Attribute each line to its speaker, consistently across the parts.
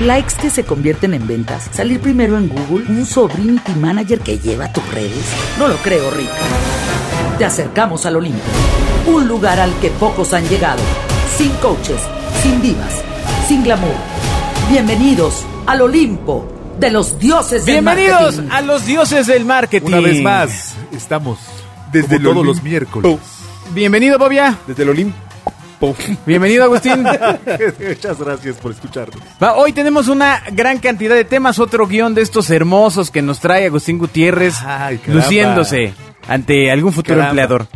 Speaker 1: likes que se convierten en ventas, salir primero en Google, un sobrinity manager que lleva tus redes. No lo creo, Rick. Te acercamos al Olimpo, un lugar al que pocos han llegado, sin coaches, sin divas, sin glamour. Bienvenidos al Olimpo de los dioses del
Speaker 2: Bienvenidos
Speaker 1: marketing.
Speaker 2: a los dioses del marketing.
Speaker 3: Una vez más, estamos
Speaker 4: Desde
Speaker 3: desde
Speaker 4: el
Speaker 3: todos los
Speaker 4: Olimpo.
Speaker 3: miércoles.
Speaker 2: Bienvenido, Bobia.
Speaker 4: Desde el Olimpo.
Speaker 2: Bienvenido, Agustín.
Speaker 3: Muchas gracias por escucharnos.
Speaker 2: Va, hoy tenemos una gran cantidad de temas, otro guión de estos hermosos que nos trae Agustín Gutiérrez
Speaker 3: Ay, caramba.
Speaker 2: luciéndose ante algún futuro
Speaker 3: Caramba.
Speaker 2: empleador.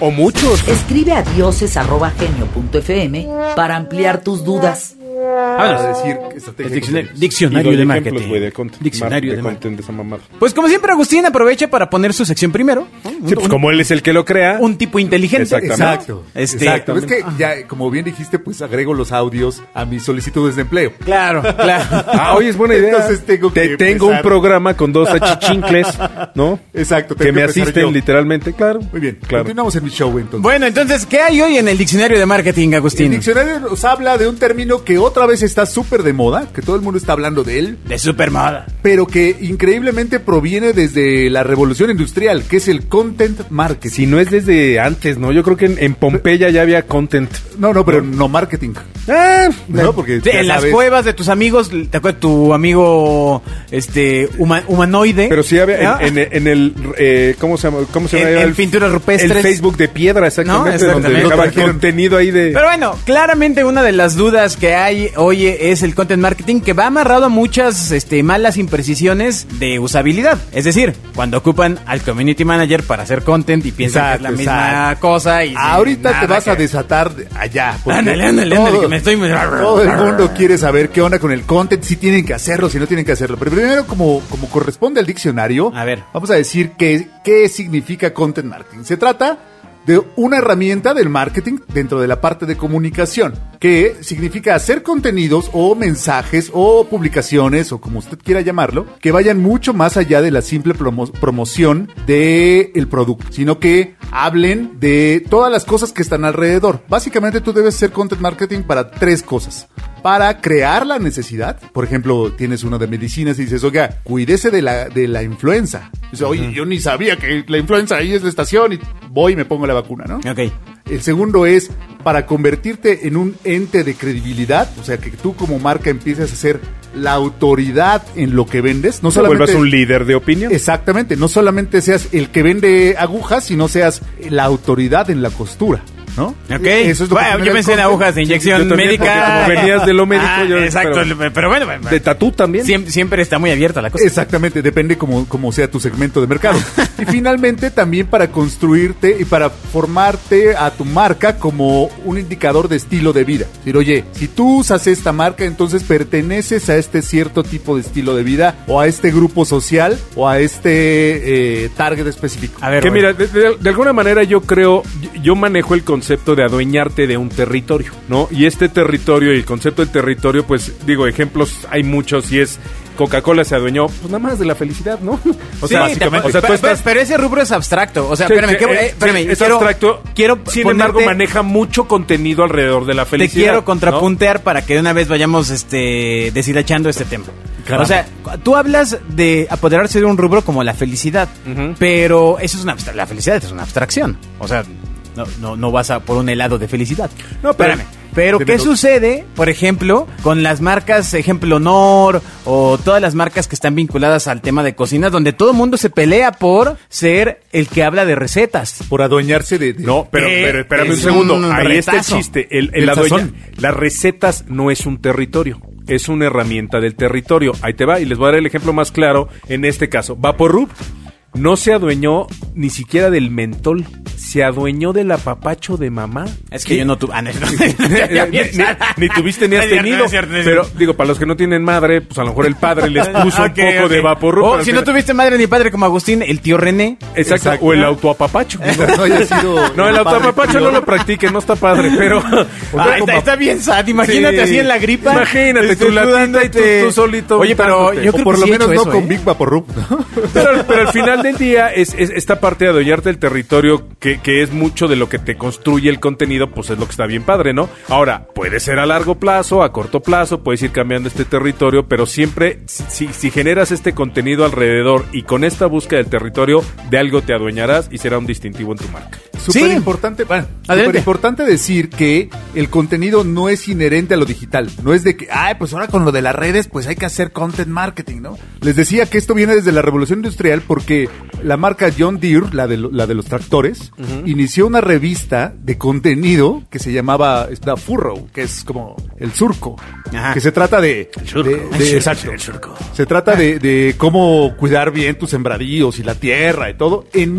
Speaker 4: O muchos.
Speaker 1: Escribe a dioses.genio.fm para ampliar tus dudas.
Speaker 2: Vámonos.
Speaker 3: Para decir estrategia.
Speaker 4: El diccionario.
Speaker 2: Diccionario
Speaker 4: Y doy
Speaker 2: de
Speaker 4: ejemplos,
Speaker 2: marketing.
Speaker 4: güey, de content-
Speaker 2: Diccionario de
Speaker 4: mar- de
Speaker 2: marketing.
Speaker 4: content, de esa mamada.
Speaker 2: Pues como siempre, Agustín aprovecha para poner su sección primero.
Speaker 4: Sí, pues como él es el que lo crea.
Speaker 2: Ah, Un tipo inteligente.
Speaker 4: Exactamente.
Speaker 2: ¿no?
Speaker 3: Exacto.
Speaker 2: Este,
Speaker 3: Exacto. Es que ya, como bien dijiste, pues agrego los audios a mis solicitudes de empleo.
Speaker 2: Claro, claro.
Speaker 4: Ah, oye, es buena idea.
Speaker 3: Entonces tengo que
Speaker 4: Te- tengo
Speaker 3: empezar.
Speaker 4: un programa con dos achichincles, ¿no?
Speaker 3: Exacto, tengo
Speaker 4: Que me
Speaker 3: que empezar
Speaker 4: asisten
Speaker 3: yo.
Speaker 4: literalmente, claro.
Speaker 3: Muy bien.
Speaker 4: Claro.
Speaker 3: Continuamos en mi show entonces.
Speaker 2: Bueno, entonces, ¿qué hay hoy en el diccionario de marketing,
Speaker 3: el
Speaker 2: Agustín?
Speaker 3: diccionario nos habla de un término que otra vez está súper de moda, que todo el mundo está hablando de él,
Speaker 2: De supermoda.
Speaker 3: pero que increíblemente proviene desde la revolución industrial, que es el content marketing.
Speaker 4: Si no es desde antes, ¿no? Yo creo que en, en Pompeya ya había content.
Speaker 3: No, no, pero no marketing.
Speaker 4: Ah,
Speaker 3: No, porque
Speaker 2: Sí,
Speaker 3: ya
Speaker 2: en las
Speaker 3: sabes.
Speaker 2: cuevas de tus amigos, ¿te acuerdas? Tu amigo este huma- humanoide.
Speaker 4: Pero sí había
Speaker 2: ¿no?
Speaker 4: en, en- en el eh, ¿cómo se llama? ¿Cómo se
Speaker 2: Ah. En-
Speaker 4: llama?
Speaker 2: en
Speaker 4: El-
Speaker 2: pinturas rupestres.
Speaker 4: El Facebook de piedra, exactamente,
Speaker 2: No, exactamente.
Speaker 4: donde
Speaker 2: Lo
Speaker 4: dejaba
Speaker 3: trajeron.
Speaker 4: contenido ahí de
Speaker 2: Pero bueno, claramente una de las dudas que hay hoy es el content marketing que va amarrado a muchas este, malas imprecisiones de usabilidad. Es decir, cuando ocupan al community manager para hacer content y piensan que es la
Speaker 3: Exacto,
Speaker 2: misma
Speaker 3: exacto.
Speaker 2: cosa. Y
Speaker 3: Ahorita te vas a
Speaker 2: decir.
Speaker 3: desatar de- allá. porque
Speaker 2: Ándale, ándale,
Speaker 3: todo-
Speaker 2: ándale, que me estoy...
Speaker 3: Todo el mundo quiere saber qué onda con el content, si tienen que hacerlo, si no tienen que hacerlo. Pero primero, como, como corresponde al diccionario,
Speaker 2: A ver.
Speaker 3: vamos a decir qué, qué significa content marketing. Se trata de una herramienta del marketing dentro de la parte de comunicación, que significa hacer contenidos o mensajes o publicaciones o como usted quiera llamarlo, que vayan mucho más allá de la simple promo- promoción del el producto, sino que hablen de todas las cosas que están alrededor. Básicamente tú debes hacer content marketing para tres cosas para crear la necesidad. Por ejemplo, tienes uno de medicinas y dices, oiga, cuídese de la, de la influenza. Dice, oye, yo ni sabía que la influenza ahí es la estación y voy y me pongo la vacuna, ¿no?
Speaker 2: Ok.
Speaker 3: El segundo es para convertirte en un ente de credibilidad, o sea, que tú como marca empieces a ser la autoridad en lo que vendes. No
Speaker 4: te vuelvas
Speaker 3: solamente
Speaker 4: un líder de opinión.
Speaker 3: Exactamente, no solamente seas el que vende agujas, sino seas la autoridad en la costura, ¿no?
Speaker 2: Ok.
Speaker 3: Eso es lo que
Speaker 2: Bueno,
Speaker 3: genera
Speaker 2: yo
Speaker 3: el
Speaker 2: pensé en
Speaker 3: content.
Speaker 2: agujas de
Speaker 4: Sí,
Speaker 2: inyección
Speaker 4: yo también, porque
Speaker 2: médica. Ah,
Speaker 4: como venías de lo médico, yo-
Speaker 2: Exacto, pero, bueno, bueno,
Speaker 4: de tatú también.
Speaker 2: siempre, siempre está muy abierta la cosa.
Speaker 3: Exactamente, depende como, como sea tu segmento de mercado. y finalmente también para construirte y para formarte a tu marca como un indicador de estilo de vida. Es decir, oye, si tú usas esta marca, entonces perteneces a este cierto tipo de estilo de vida o a este grupo social o a este eh, target específico.
Speaker 2: A ver,
Speaker 4: que
Speaker 2: bueno.
Speaker 4: mira, de, de- de alguna manera yo creo, yo- yo manejo el concepto de adueñarte de un territorio, ¿no? Y este territorio y el concepto del territorio, pues digo, ejemplos hay muchos y es Coca-Cola se adueñó, pues nada más de la felicidad, ¿no? O
Speaker 2: Sí,
Speaker 4: sea,
Speaker 2: te-
Speaker 4: básicamente, o sea, tú
Speaker 2: pero,
Speaker 4: estás...
Speaker 2: pero ese rubro es abstracto. O sea,
Speaker 4: Sí,
Speaker 2: espérame,
Speaker 4: que-
Speaker 2: qué- eh,
Speaker 4: eh,
Speaker 2: espérame,
Speaker 4: sí, es
Speaker 2: quiero-
Speaker 4: abstracto.
Speaker 2: Quiero
Speaker 4: Sin
Speaker 2: ponerte-
Speaker 4: embargo, maneja mucho contenido alrededor de la
Speaker 2: Te
Speaker 4: felicidad.
Speaker 2: quiero
Speaker 4: ¿no?
Speaker 2: contrapuntear para que de una vez vayamos este deshilachando este tema.
Speaker 3: Caramba.
Speaker 2: O sea, cu- tú hablas de apoderarse de un rubro como la felicidad,
Speaker 4: Ujú.
Speaker 2: pero eso es una abstra- la felicidad es una abstracción. O sea, no, no, no vas a por un helado de felicidad.
Speaker 4: No, pero-
Speaker 2: espérame. Pero,
Speaker 4: Dime
Speaker 2: ¿qué
Speaker 4: tú.
Speaker 2: sucede, por ejemplo, con las marcas, ejemplo, Honor o todas las marcas que están vinculadas al tema de cocina, donde todo el mundo se pelea por ser el que habla de recetas?
Speaker 3: Por adueñarse de... de-
Speaker 4: No, pero,
Speaker 2: Eh,
Speaker 4: pero espérame un
Speaker 2: es
Speaker 4: segundo.
Speaker 2: un
Speaker 4: Ahí está el
Speaker 2: retazo.
Speaker 4: chiste. El, el
Speaker 3: El
Speaker 4: adueña-
Speaker 3: sazón.
Speaker 4: Las recetas no es un territorio. Es una herramienta del territorio. Ahí te va. Y les voy a dar el ejemplo más claro en este caso. Vaporub no se adueñó ni siquiera del mentol. Se adueñó del apapacho de mamá.
Speaker 2: Es que yo no tuve... ah, no, no.
Speaker 4: Eh, ni, ni- ni tuviste ni has
Speaker 2: Es cierto,
Speaker 4: tenido.
Speaker 2: es cierto, es
Speaker 4: Pero
Speaker 2: cierto.
Speaker 4: digo, para los que no tienen madre, pues a lo mejor el padre les puso
Speaker 2: Ok,
Speaker 4: un poco
Speaker 2: ok.
Speaker 4: de
Speaker 2: O
Speaker 4: Vaporub. pero Ah, al
Speaker 2: Oh, si no
Speaker 4: final-
Speaker 2: tuviste madre ni padre como Agustín, el tío René.
Speaker 4: Exacto, o el autoapapacho.
Speaker 3: Mientras no haya sido
Speaker 4: No, el
Speaker 3: padre
Speaker 4: autoapapacho no
Speaker 3: tuyo.
Speaker 4: lo practiquen, no está padre, pero...
Speaker 2: Ah, está, está bien sad, imagínate
Speaker 4: Sí.
Speaker 2: así en la gripa.
Speaker 4: Imagínate,
Speaker 2: Este,
Speaker 4: tu latita y tú,
Speaker 2: dándote-
Speaker 4: tú solito.
Speaker 2: Oye, pero
Speaker 4: untándote.
Speaker 2: yo
Speaker 3: O
Speaker 2: creo
Speaker 3: por
Speaker 2: que
Speaker 3: lo
Speaker 2: sí he
Speaker 3: menos
Speaker 2: hecho eso,
Speaker 3: no con
Speaker 2: ¿eh?
Speaker 3: Big Vaporrup. ¿no?
Speaker 4: Pero, pero al final del día es, es esta parte de adueñarte el territorio que, que, que es mucho de lo que te construye el contenido, pues es lo que está bien padre, ¿no? Ahora, puede ser a largo plazo, a corto plazo, puedes ir cambiando este territorio, pero siempre, si, si generas este contenido alrededor y con esta búsqueda del territorio, de algo te adueñarás y será un distintivo en tu marca.
Speaker 3: Súper importante, bueno,
Speaker 2: Adelante.
Speaker 3: súper importante decir que el contenido no es inherente a lo digital. No es de que, ay, pues ahora con lo de las redes, pues hay que hacer content marketing, ¿no? Les decía que esto viene desde la revolución industrial porque la marca John Deere, la de, lo- la de los tractores, inició una revista de contenido que se llamaba The Furrow, que es como el surco.
Speaker 2: Ajá.
Speaker 3: Que se trata de. de- de- exacto. Se trata de, de cómo cuidar bien tus sembradíos y la tierra y todo en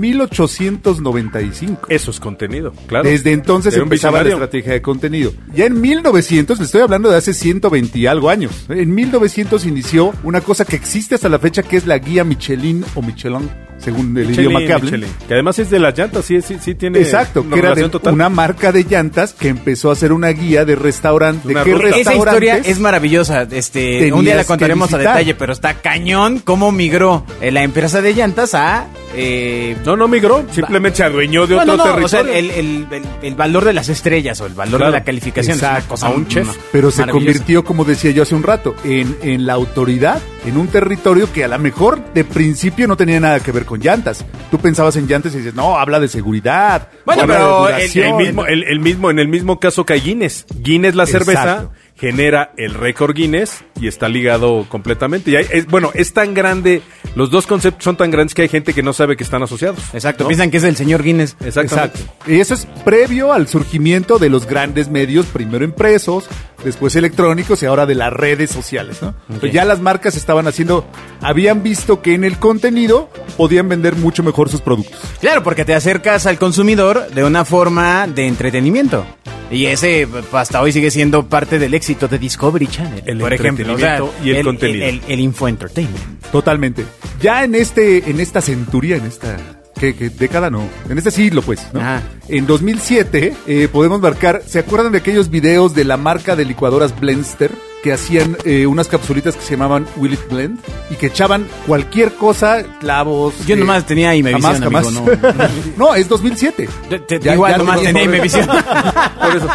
Speaker 3: 1895.
Speaker 4: Eso es contenido, claro.
Speaker 3: Desde entonces
Speaker 4: Era un
Speaker 3: empezaba la
Speaker 4: visionario.
Speaker 3: estrategia de contenido. Ya en 1900, le estoy hablando de hace 120 y algo años, ¿eh? en 1900 inició una cosa que existe hasta la fecha que es la guía Michelin o Michelin, según el
Speaker 4: Michelin,
Speaker 3: idioma que hablen.
Speaker 4: Michelin. Que además es de las llantas, sí, sí, sí tiene
Speaker 3: Exacto,
Speaker 4: una
Speaker 3: que era de
Speaker 4: relación total.
Speaker 3: una marca de llantas que empezó a hacer una guía de restaurante, de
Speaker 4: Una
Speaker 3: qué
Speaker 4: ruta.
Speaker 2: Esa historia
Speaker 3: restaurantes.
Speaker 2: es maravillosa. Este, un día
Speaker 3: Tenías
Speaker 2: la contaremos
Speaker 3: que
Speaker 2: a
Speaker 3: visitar.
Speaker 2: detalle, pero está cañón cómo migró eh, la empresa de llantas a. eh,
Speaker 4: No, no migró, simplemente se adueñó de
Speaker 2: bueno,
Speaker 4: otro
Speaker 2: no,
Speaker 4: territorio.
Speaker 2: o sea, el, el- el- el valor de las estrellas o el valor
Speaker 4: Claro.
Speaker 2: de la calificación. es una
Speaker 3: Exacto.
Speaker 2: cosa
Speaker 4: A un
Speaker 2: ma-
Speaker 4: chef.
Speaker 3: Pero se
Speaker 2: maravillosa.
Speaker 3: convirtió, como decía yo hace un rato, en, en la autoridad, en un territorio que a lo mejor de principio no tenía nada que ver con llantas. Tú pensabas en llantas y dices, no, habla de seguridad.
Speaker 2: Bueno,
Speaker 3: habla de
Speaker 2: pero el-
Speaker 3: duración".
Speaker 4: el mismo, el, el mismo, en el mismo caso que hay Guinness. Guinness, la
Speaker 3: Exacto.
Speaker 4: cerveza, genera el récord Guinness y está ligado completamente. Y hay- es, bueno, es tan grande, los dos conceptos son tan grandes que hay gente que no sabe que están asociados.
Speaker 2: Exacto,
Speaker 4: ¿no?
Speaker 2: piensan que es el señor Guinness.
Speaker 4: Exactamente.
Speaker 3: Y eso es previo al surgimiento de los grandes medios, primero impresos, después electrónicos y ahora de las redes sociales, ¿no? Pero Ya las marcas estaban haciendo, habían visto que en el contenido podían vender mucho mejor sus productos.
Speaker 2: Claro, porque te acercas al consumidor de una forma de entretenimiento. Y ese hasta hoy sigue siendo parte del éxito de Discovery Channel.
Speaker 4: El
Speaker 2: por ejemplo,
Speaker 4: entretenimiento y el contenido.
Speaker 2: El, el infoentertainment.
Speaker 3: Totalmente. Ya en este, en esta centuria, en esta ¿qué, qué década no, en este siglo pues, ¿no?
Speaker 2: Ajá.
Speaker 3: En 2007 eh, podemos marcar, ¿se acuerdan de aquellos videos de la marca de licuadoras Blendster? Que hacían eh, unas capsulitas que se llamaban Will It Blend y que echaban cualquier cosa, clavos.
Speaker 2: Yo
Speaker 3: eh,
Speaker 2: nomás tenía Imevisión,
Speaker 3: jamás,
Speaker 2: amigo,
Speaker 3: jamás. No. es 2007.
Speaker 2: Te- te-
Speaker 3: Ya-
Speaker 2: igual
Speaker 3: ya
Speaker 2: nomás
Speaker 3: lo-
Speaker 2: tenía Imevisión.
Speaker 4: Por eso.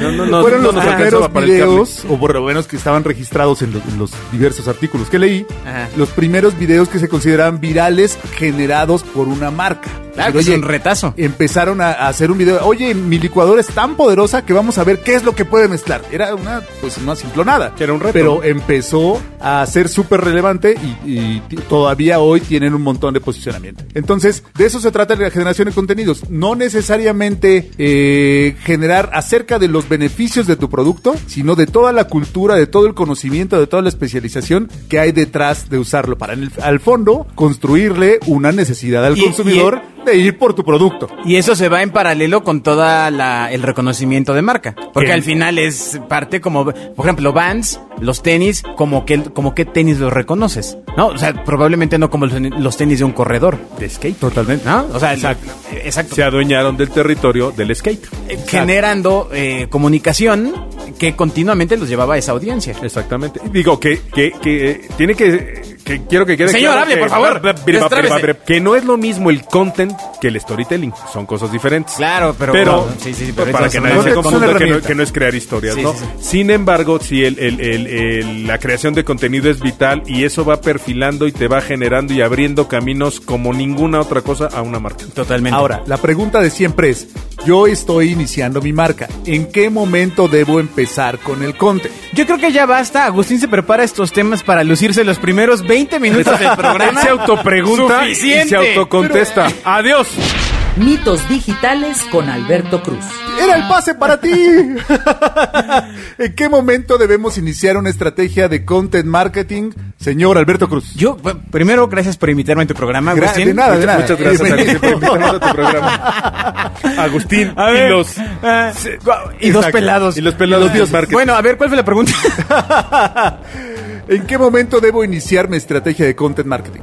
Speaker 4: No, no, no,
Speaker 3: fueron
Speaker 4: no
Speaker 3: los
Speaker 4: nos alcanzaba
Speaker 3: primeros
Speaker 4: para el cable.
Speaker 3: videos, o por lo menos que estaban registrados en, los- en los diversos artículos que leí,
Speaker 2: Ajá.
Speaker 3: los primeros videos que se consideraban virales generados por una marca.
Speaker 2: Claro,
Speaker 3: Pero,
Speaker 2: que es un retazo.
Speaker 3: Empezaron a, a hacer un video. Oye, mi licuadora es tan poderosa que vamos a ver qué es lo que puede mezclar. Era una, pues, una simplonada.
Speaker 4: Que era un reto.
Speaker 3: Pero empezó a ser súper relevante y, y t- todavía hoy tienen un montón de posicionamiento. Entonces, de eso se trata la generación de contenidos. No necesariamente eh, generar acerca de los beneficios de tu producto, sino de toda la cultura, de todo el conocimiento, de toda la especialización que hay detrás de usarlo para, en el- al fondo, construirle una necesidad al
Speaker 2: Y- y-
Speaker 3: consumidor de ir por tu producto.
Speaker 2: Y eso se va en paralelo con toda la, el reconocimiento de marca. Porque
Speaker 4: Bien.
Speaker 2: al final es parte como, por ejemplo, Vans, los tenis, como que, como qué tenis los reconoces. No, o sea, probablemente no como los, los tenis de un corredor de skate.
Speaker 3: Totalmente.
Speaker 2: ¿No? O sea, el-
Speaker 4: Exacto.
Speaker 2: exacto.
Speaker 4: Se adueñaron del territorio del skate.
Speaker 2: Eh, generando eh, comunicación que continuamente los llevaba a esa audiencia.
Speaker 4: Exactamente. Digo que, que, que eh, tiene que, que quiero que quede
Speaker 2: Señor,
Speaker 4: claro
Speaker 2: hable,
Speaker 4: que-
Speaker 2: por favor.
Speaker 4: Bla, bla, bla, bla, bla,
Speaker 2: Destrábese.
Speaker 4: Que no es lo mismo el content que el storytelling. Son cosas diferentes.
Speaker 2: Claro, pero-
Speaker 4: Pero,
Speaker 2: no, sí, sí, sí, pero
Speaker 4: pues,
Speaker 2: eso
Speaker 4: para
Speaker 2: es
Speaker 4: que
Speaker 2: una-
Speaker 4: nadie se
Speaker 3: Content son
Speaker 4: confunda que no,
Speaker 3: herramientas.
Speaker 4: que no es crear historias,
Speaker 2: Sí,
Speaker 4: ¿no?
Speaker 2: sí,
Speaker 4: Sin embargo, si el, el- el- el- la creación de contenido es vital y eso va perfilando y te va generando y abriendo caminos como ninguna otra cosa a una marca.
Speaker 2: Totalmente.
Speaker 3: Ahora, la pregunta de siempre es, yo estoy iniciando mi marca, ¿en qué momento debo empezar con el content?
Speaker 2: Yo creo que ya basta. Agustín se prepara estos temas para lucirse los primeros 20 minutos del
Speaker 4: Él
Speaker 2: programa.
Speaker 4: se autopregunta y se
Speaker 2: Suficiente.
Speaker 4: autocontesta. ¡Adiós!
Speaker 1: Mitos digitales con Alberto Cruz.
Speaker 3: Era el pase para ti. ¿En qué momento debemos iniciar una estrategia de content marketing, señor Alberto Cruz?
Speaker 2: Yo, bueno, primero, gracias por invitarme a tu programa,
Speaker 3: Gra-
Speaker 2: Agustín.
Speaker 3: de nada, de nada.
Speaker 4: Muchas gracias, Agustín,
Speaker 3: Bienvenido.
Speaker 4: por invitarnos a tu programa. Agustín,
Speaker 2: A
Speaker 4: y
Speaker 2: ver,
Speaker 4: los...
Speaker 2: ah,
Speaker 4: se-
Speaker 2: y dos
Speaker 4: Exacto.
Speaker 2: pelados.
Speaker 4: Y los pelados, Dios,
Speaker 2: Ah,
Speaker 4: marketing.
Speaker 2: Bueno, a ver, ¿cuál fue la pregunta?
Speaker 3: ¿En qué momento debo iniciar mi estrategia de content marketing?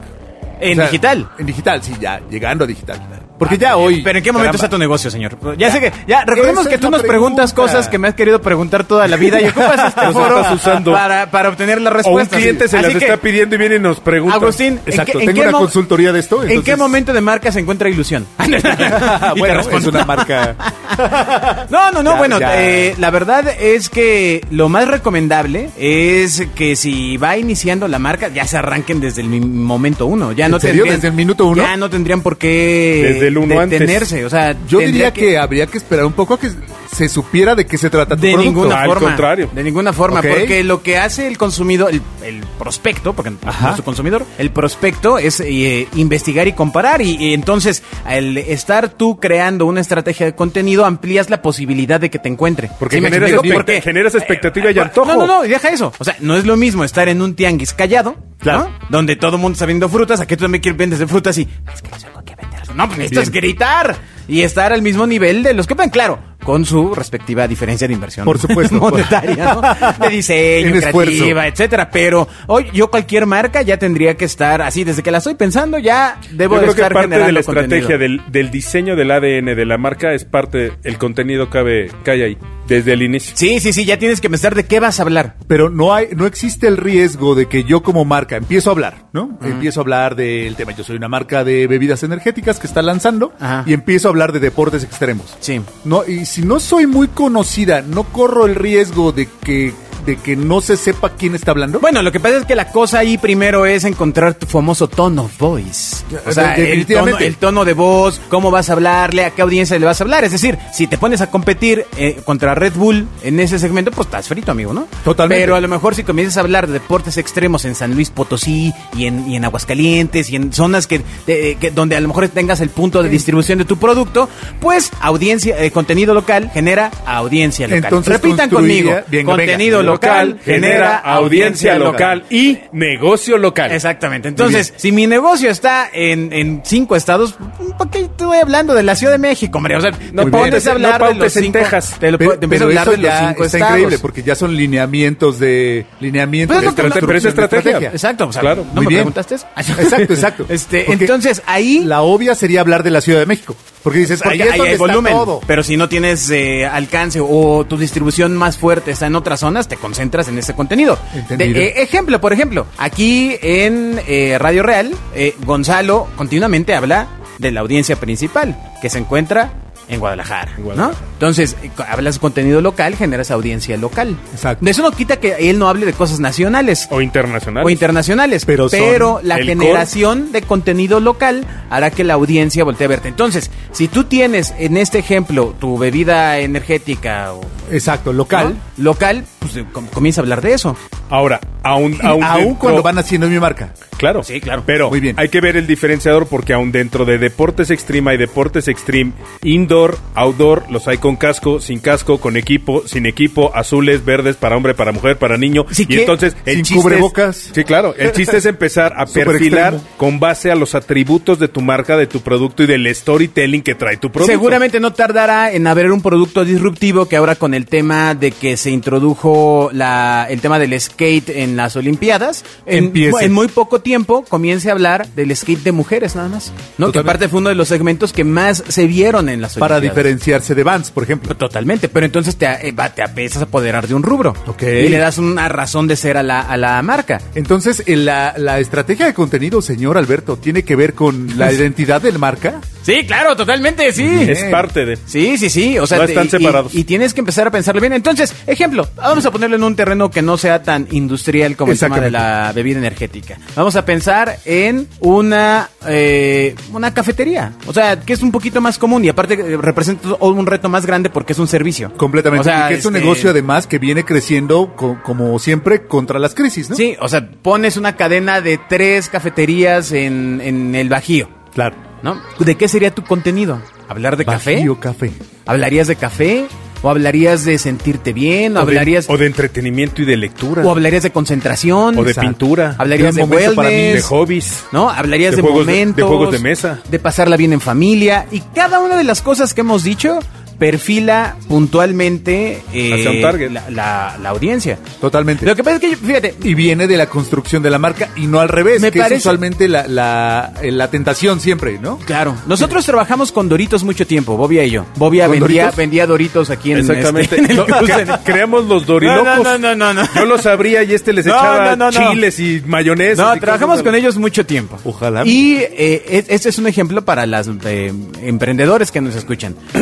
Speaker 2: en
Speaker 3: O sea,
Speaker 2: digital. Ah,
Speaker 3: En digital, sí, ya, llegando a digital. Porque ya hoy.
Speaker 2: ¿Pero en qué momento
Speaker 4: Caramba.
Speaker 2: está tu negocio, señor? Ya, sé que, ya, recordemos
Speaker 3: Esa
Speaker 2: que
Speaker 3: es
Speaker 2: tú
Speaker 3: la
Speaker 2: nos preguntas
Speaker 3: pregunta.
Speaker 2: cosas que me has querido preguntar toda la vida y ocupas este
Speaker 4: Los
Speaker 2: foro
Speaker 4: estás usando.
Speaker 2: Para, para obtener las
Speaker 4: O un
Speaker 2: respuestas.
Speaker 4: cliente se
Speaker 2: Así
Speaker 4: las
Speaker 2: que,
Speaker 4: está pidiendo y viene y nos pregunta.
Speaker 2: Agustín, ¿en
Speaker 4: Exacto.
Speaker 2: qué-
Speaker 4: Tengo-
Speaker 3: Tengo una
Speaker 2: mo-
Speaker 3: consultoría de esto.
Speaker 2: ¿En qué
Speaker 3: entonces-
Speaker 2: momento de marca se encuentra ilusión?
Speaker 4: Ah,
Speaker 2: Y te
Speaker 4: bueno, es
Speaker 2: respondo.
Speaker 4: una marca.
Speaker 2: No, no, no,
Speaker 4: Ya,
Speaker 2: bueno,
Speaker 4: ya.
Speaker 2: eh, la verdad es que lo más recomendable es que si va iniciando la marca, ya se arranquen desde el mi- momento uno. Ya
Speaker 3: ¿En
Speaker 2: no
Speaker 3: serio?
Speaker 2: tendrían-
Speaker 3: ¿Desde el minuto uno?
Speaker 2: Ya no tendrían por qué
Speaker 4: Desde el uno antes.
Speaker 2: detenerse. O sea,
Speaker 3: Yo
Speaker 2: tendría
Speaker 3: diría que... habría que esperar un poco a que se supiera de qué se trata tu
Speaker 2: de
Speaker 3: producto.
Speaker 2: ninguna
Speaker 4: Al
Speaker 2: forma.
Speaker 4: contrario.
Speaker 2: De ninguna forma.
Speaker 3: Ok.
Speaker 2: Porque lo que hace el consumidor, el, el prospecto, porque no es tu consumidor, el prospecto es eh, investigar y comparar. Y, y entonces, al estar tú creando una estrategia de contenido, amplías la posibilidad de que te encuentre.
Speaker 4: Porque
Speaker 2: me
Speaker 4: generas
Speaker 2: explico?
Speaker 4: expecta- generas expectativa y
Speaker 2: por-
Speaker 4: antojo.
Speaker 2: No, no, no, y deja eso. O sea, no es lo mismo estar en un tianguis callado,
Speaker 3: Claro.
Speaker 2: ¿no? Donde todo el mundo está vendiendo frutas, a que tú también quieres vendes de frutas y... Es que no sé con qué vender. No, pues necesitas gritar y estar al mismo nivel de los que... Claro, con su respectiva diferencia de inversión.
Speaker 3: Por supuesto.
Speaker 2: monetaria, ¿no? De diseño,
Speaker 3: En esfuerzo.
Speaker 2: creativa, etcétera. Pero hoy yo cualquier marca ya tendría que estar así. Desde que la estoy pensando ya debo de
Speaker 4: Yo creo que
Speaker 2: estar
Speaker 4: parte de la
Speaker 2: generando
Speaker 4: estrategia
Speaker 2: contenido.
Speaker 4: del, del diseño del ADN de la marca es parte, el contenido cabe, cae ahí, desde el inicio.
Speaker 2: Sí, sí, sí. Ya tienes que pensar de qué vas a hablar.
Speaker 3: Pero no hay, no existe el riesgo de que yo como marca empiezo a hablar, ¿no? Empiezo a hablar del tema. Yo soy una marca de bebidas energéticas que está lanzando
Speaker 2: Ajá.
Speaker 3: y empiezo a hablar de deportes extremos.
Speaker 2: Sí.
Speaker 3: No, y si no soy muy conocida, no corro el riesgo de que, de que no se sepa quién está hablando.
Speaker 2: Bueno, lo que pasa es que la cosa ahí primero es encontrar tu famoso tono of voice. O sea,
Speaker 3: De-
Speaker 2: el tono,
Speaker 3: definitivamente.
Speaker 2: el tono de voz, cómo vas a hablarle, a qué audiencia le vas a hablar. Es decir, si te pones a competir eh, contra Red Bull en ese segmento, pues estás frito, amigo, ¿no?
Speaker 3: Totalmente.
Speaker 2: Pero a lo mejor si comienzas a hablar de deportes extremos en San Luis Potosí y en, y en Aguascalientes y en zonas que, te- que- donde a lo mejor tengas el punto de distribución de tu producto, pues audiencia, eh, contenido local genera audiencia local.
Speaker 3: Entonces
Speaker 2: Repitan conmigo,
Speaker 3: construiría- Bien, venga.
Speaker 2: contenido local genera audiencia local.
Speaker 4: y negocio local.
Speaker 2: Exactamente. Entonces, si mi negocio está en, en cinco estados, ¿por qué estoy hablando de la Ciudad de México, hombre? O sea, no
Speaker 4: Muy
Speaker 2: pones
Speaker 4: bien.
Speaker 2: a hablar
Speaker 4: No
Speaker 2: de los
Speaker 4: pautes en
Speaker 2: cinco,
Speaker 4: Texas.
Speaker 2: Te, lo,
Speaker 3: Pero,
Speaker 2: te empiezo a
Speaker 3: pero
Speaker 2: hablar
Speaker 3: eso
Speaker 2: de los
Speaker 3: ya
Speaker 2: cinco
Speaker 3: está
Speaker 2: estados.
Speaker 3: increíble porque ya son lineamientos de lineamientos
Speaker 2: Pero es
Speaker 3: de
Speaker 2: lo que-
Speaker 4: Pero es
Speaker 3: construcción de
Speaker 4: estrategia.
Speaker 2: Exacto, o sea,
Speaker 4: Claro.
Speaker 2: ¿no
Speaker 3: Muy
Speaker 2: me
Speaker 3: bien.
Speaker 2: preguntaste eso?
Speaker 3: Exacto, exacto.
Speaker 2: Este,
Speaker 3: Porque
Speaker 2: entonces ahí
Speaker 3: La obvia sería hablar de la Ciudad de México, porque dices,
Speaker 2: porque
Speaker 3: Pues, ahí es
Speaker 2: hay
Speaker 3: donde
Speaker 2: el volumen,
Speaker 3: está todo.
Speaker 2: pero si no tienes eh, alcance o tu distribución más fuerte está en otras zonas, te concentras en ese contenido.
Speaker 3: Entendido.
Speaker 2: De- eh, ejemplo, por ejemplo, aquí en eh, Radio Real, eh, Gonzalo continuamente habla de la audiencia principal que se encuentra en Guadalajara,
Speaker 4: En Guadalajara.
Speaker 2: ¿no? Entonces, eh, co- hablas contenido local, generas audiencia local.
Speaker 3: Exacto.
Speaker 2: De eso no quita que él no hable de cosas nacionales.
Speaker 4: O internacional.
Speaker 2: O internacionales.
Speaker 3: Pero
Speaker 2: Pero,
Speaker 3: son
Speaker 2: la
Speaker 4: el
Speaker 2: generación de contenido local hará que la audiencia voltee a verte. Entonces, si tú tienes en este ejemplo tu bebida energética o
Speaker 3: Exacto, local.
Speaker 2: ¿no? local, pues eh, com- comienza a hablar de eso.
Speaker 4: Ahora, aún, aún,
Speaker 3: Aún
Speaker 4: dentro-
Speaker 3: cuando van haciendo mi marca.
Speaker 4: Claro.
Speaker 2: Sí, claro.
Speaker 4: Pero
Speaker 3: Muy bien.
Speaker 4: hay que ver el diferenciador porque aún dentro de deportes extrema y deportes extreme, indoor, outdoor, los hay con casco, sin casco, con equipo, sin equipo, azules, verdes, para hombre, para mujer, para niño.
Speaker 2: Sí,
Speaker 4: y
Speaker 2: ¿qué?
Speaker 4: entonces el
Speaker 3: Sin
Speaker 4: chiste es-
Speaker 3: cubrebocas.
Speaker 4: sí, claro. El chiste es empezar a
Speaker 3: Súper
Speaker 4: perfilar
Speaker 3: extremo.
Speaker 4: con base a los atributos de tu marca, de tu producto y del storytelling que trae tu producto.
Speaker 2: Seguramente no tardará en haber un producto disruptivo que ahora con el tema de que se introdujo la, el tema del skate en las Olimpiadas, en,
Speaker 3: Empiece.
Speaker 2: en muy poco tiempo comience a hablar del skate de mujeres nada más. No, que aparte fue uno de los segmentos que más se vieron en las
Speaker 3: Para
Speaker 2: Olimpiadas.
Speaker 3: diferenciarse de Vans, por ejemplo.
Speaker 2: Totalmente, pero entonces te, eh, va- te empiezas a apoderar de un rubro.
Speaker 3: Ok.
Speaker 2: Y le das una razón de ser a la, a la marca.
Speaker 3: Entonces, en la, la estrategia de contenido, señor Alberto, tiene que ver con
Speaker 2: Pues,
Speaker 3: la identidad del marca.
Speaker 2: Sí, claro, totalmente, sí.
Speaker 4: Es parte de.
Speaker 2: Sí, sí, sí. O sea,
Speaker 4: No
Speaker 2: te-
Speaker 4: están
Speaker 2: y-
Speaker 4: separados.
Speaker 2: Y, y tienes que empezar a pensarlo bien. Entonces, ejemplo, vamos a ponerlo en un terreno que no sea tan industrial como el tema de la bebida energética. Vamos a pensar en una eh, una cafetería. O sea, que es un poquito más común y aparte eh, representa un reto más grande porque es un servicio.
Speaker 3: Completamente.
Speaker 2: O sea,
Speaker 3: Y que es un
Speaker 2: este,
Speaker 3: negocio, además, que viene creciendo, co- como siempre, contra las crisis, ¿no?
Speaker 2: Sí, o sea, pones una cadena de tres cafeterías en, en el Bajío,
Speaker 3: Claro.
Speaker 2: ¿no? ¿De qué sería tu contenido? ¿Hablar de café?
Speaker 3: Bajío café.
Speaker 2: ¿Hablarías de café? ¿O hablarías de sentirte bien? ¿O,
Speaker 4: O de-
Speaker 2: hablarías,
Speaker 4: o de entretenimiento y de lectura.
Speaker 2: o hablarías de concentración?
Speaker 4: O de pintura.
Speaker 2: ¿Hablarías
Speaker 3: De
Speaker 2: de,
Speaker 3: un momento
Speaker 2: wellness?
Speaker 3: para mí,
Speaker 4: de hobbies.
Speaker 2: ¿No? Hablarías
Speaker 4: De
Speaker 2: de,
Speaker 4: juegos de- de
Speaker 2: momentos.
Speaker 4: juegos de mesa.
Speaker 2: De pasarla bien en familia. Y cada una de las cosas que hemos dicho perfila puntualmente eh,
Speaker 4: Hacia un target.
Speaker 2: La, la- la audiencia.
Speaker 3: Totalmente.
Speaker 2: Lo que pasa es que, yo- fíjate,
Speaker 3: Y viene de la construcción de la marca y no al revés,
Speaker 2: Me
Speaker 3: que
Speaker 2: parece-
Speaker 3: es usualmente la, la, eh, la tentación siempre, ¿no?
Speaker 2: Claro. Nosotros trabajamos con Doritos mucho tiempo, Bobia y yo. Bobia
Speaker 3: ¿Con
Speaker 2: vendía
Speaker 3: Doritos?
Speaker 2: Doritos? vendía Doritos aquí en
Speaker 4: Exactamente.
Speaker 2: este, en el
Speaker 4: No,
Speaker 2: cruce.
Speaker 4: cre- creamos los dorilocos.
Speaker 2: No, no, no, no, no.
Speaker 4: Yo los abría y este les
Speaker 2: No, no,
Speaker 4: echaba
Speaker 2: no, no.
Speaker 4: chiles y mayonesa.
Speaker 2: No, trabajamos con ellos mucho tiempo.
Speaker 3: Ojalá.
Speaker 2: Y eh, es- este es un ejemplo para las eh, emprendedores que nos escuchan.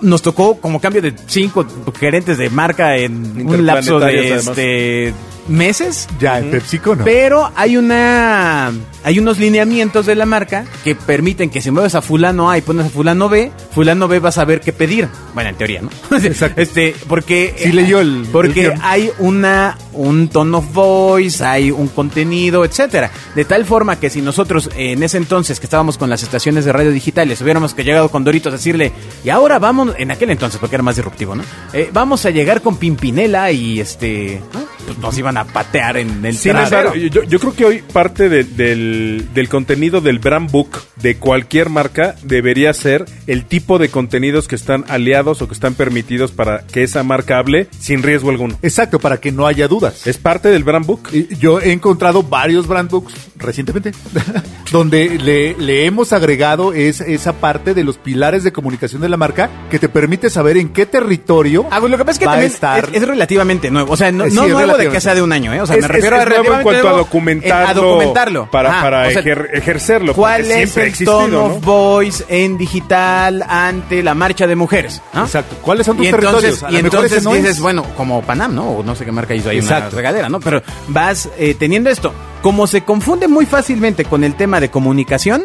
Speaker 2: Nos tocó como cambio de cinco gerentes de marca en un lapso de
Speaker 4: Interplanetarios,
Speaker 2: este, meses.
Speaker 3: Ya, en PepsiCo no.
Speaker 2: Pero hay una hay unos lineamientos de la marca que permiten que si mueves a fulano A y pones a fulano B, fulano B va a saber qué pedir. Bueno, en teoría, ¿no?
Speaker 3: Exacto.
Speaker 2: Este, porque
Speaker 3: Sí leyó el-
Speaker 2: porque
Speaker 3: el guión.
Speaker 2: hay una un tono of voice, hay un contenido, etcétera. De tal forma que si nosotros eh, en ese entonces que estábamos con las estaciones de radio digitales hubiéramos que llegado con Doritos a decirle, "Y ahora vamos en aquel entonces porque era más disruptivo, ¿no? Eh, vamos a llegar con Pimpinela y este, ¿no? Pues nos iban a patear en el
Speaker 4: Sin
Speaker 2: trasero.
Speaker 4: embargo, yo, yo creo que hoy parte de- del, del contenido del brand book de cualquier marca debería ser el tipo de contenidos que están aliados o que están permitidos para que esa marca hable sin riesgo alguno.
Speaker 3: Exacto, para que no haya dudas.
Speaker 4: Es parte del brand book.
Speaker 3: Y Yo he encontrado varios brand books recientemente donde le, le hemos agregado es, esa parte de los pilares de comunicación de la marca que te permite saber en qué territorio
Speaker 2: Ah, pues lo que pasa es que
Speaker 3: va a
Speaker 2: también
Speaker 3: estar.
Speaker 2: es, es relativamente nuevo. O sea, no,
Speaker 4: Eh,
Speaker 3: Sí,
Speaker 2: no
Speaker 3: es
Speaker 2: nuevo de que
Speaker 3: relativamente.
Speaker 2: sea de un año, ¿eh? O sea,
Speaker 4: es,
Speaker 2: me refiero
Speaker 4: es-
Speaker 2: a
Speaker 4: es nuevo en
Speaker 2: relativamente
Speaker 4: cuanto a
Speaker 2: nuevo
Speaker 4: documentarlo. Ah,
Speaker 2: en- a documentarlo.
Speaker 4: Para,
Speaker 2: Ajá,
Speaker 4: para
Speaker 2: o sea,
Speaker 4: ejer- ejercerlo. porque
Speaker 2: ¿Cuál es
Speaker 4: siempre ha
Speaker 2: el
Speaker 4: existido,
Speaker 2: tono
Speaker 4: ¿no?
Speaker 2: of voice en digital ante la marcha de mujeres? ¿no?
Speaker 3: Exacto. ¿Cuáles son tus
Speaker 2: Y entonces,
Speaker 3: territorios? A
Speaker 2: y
Speaker 3: lo mejor
Speaker 2: entonces
Speaker 3: ese no
Speaker 2: dices,
Speaker 3: es.
Speaker 2: bueno, como Panam, ¿no? O no sé qué marca hizo ahí una
Speaker 3: Exacto.
Speaker 2: regadera, ¿no? Pero vas eh, teniendo esto. Como se confunde muy fácilmente con el tema de comunicación,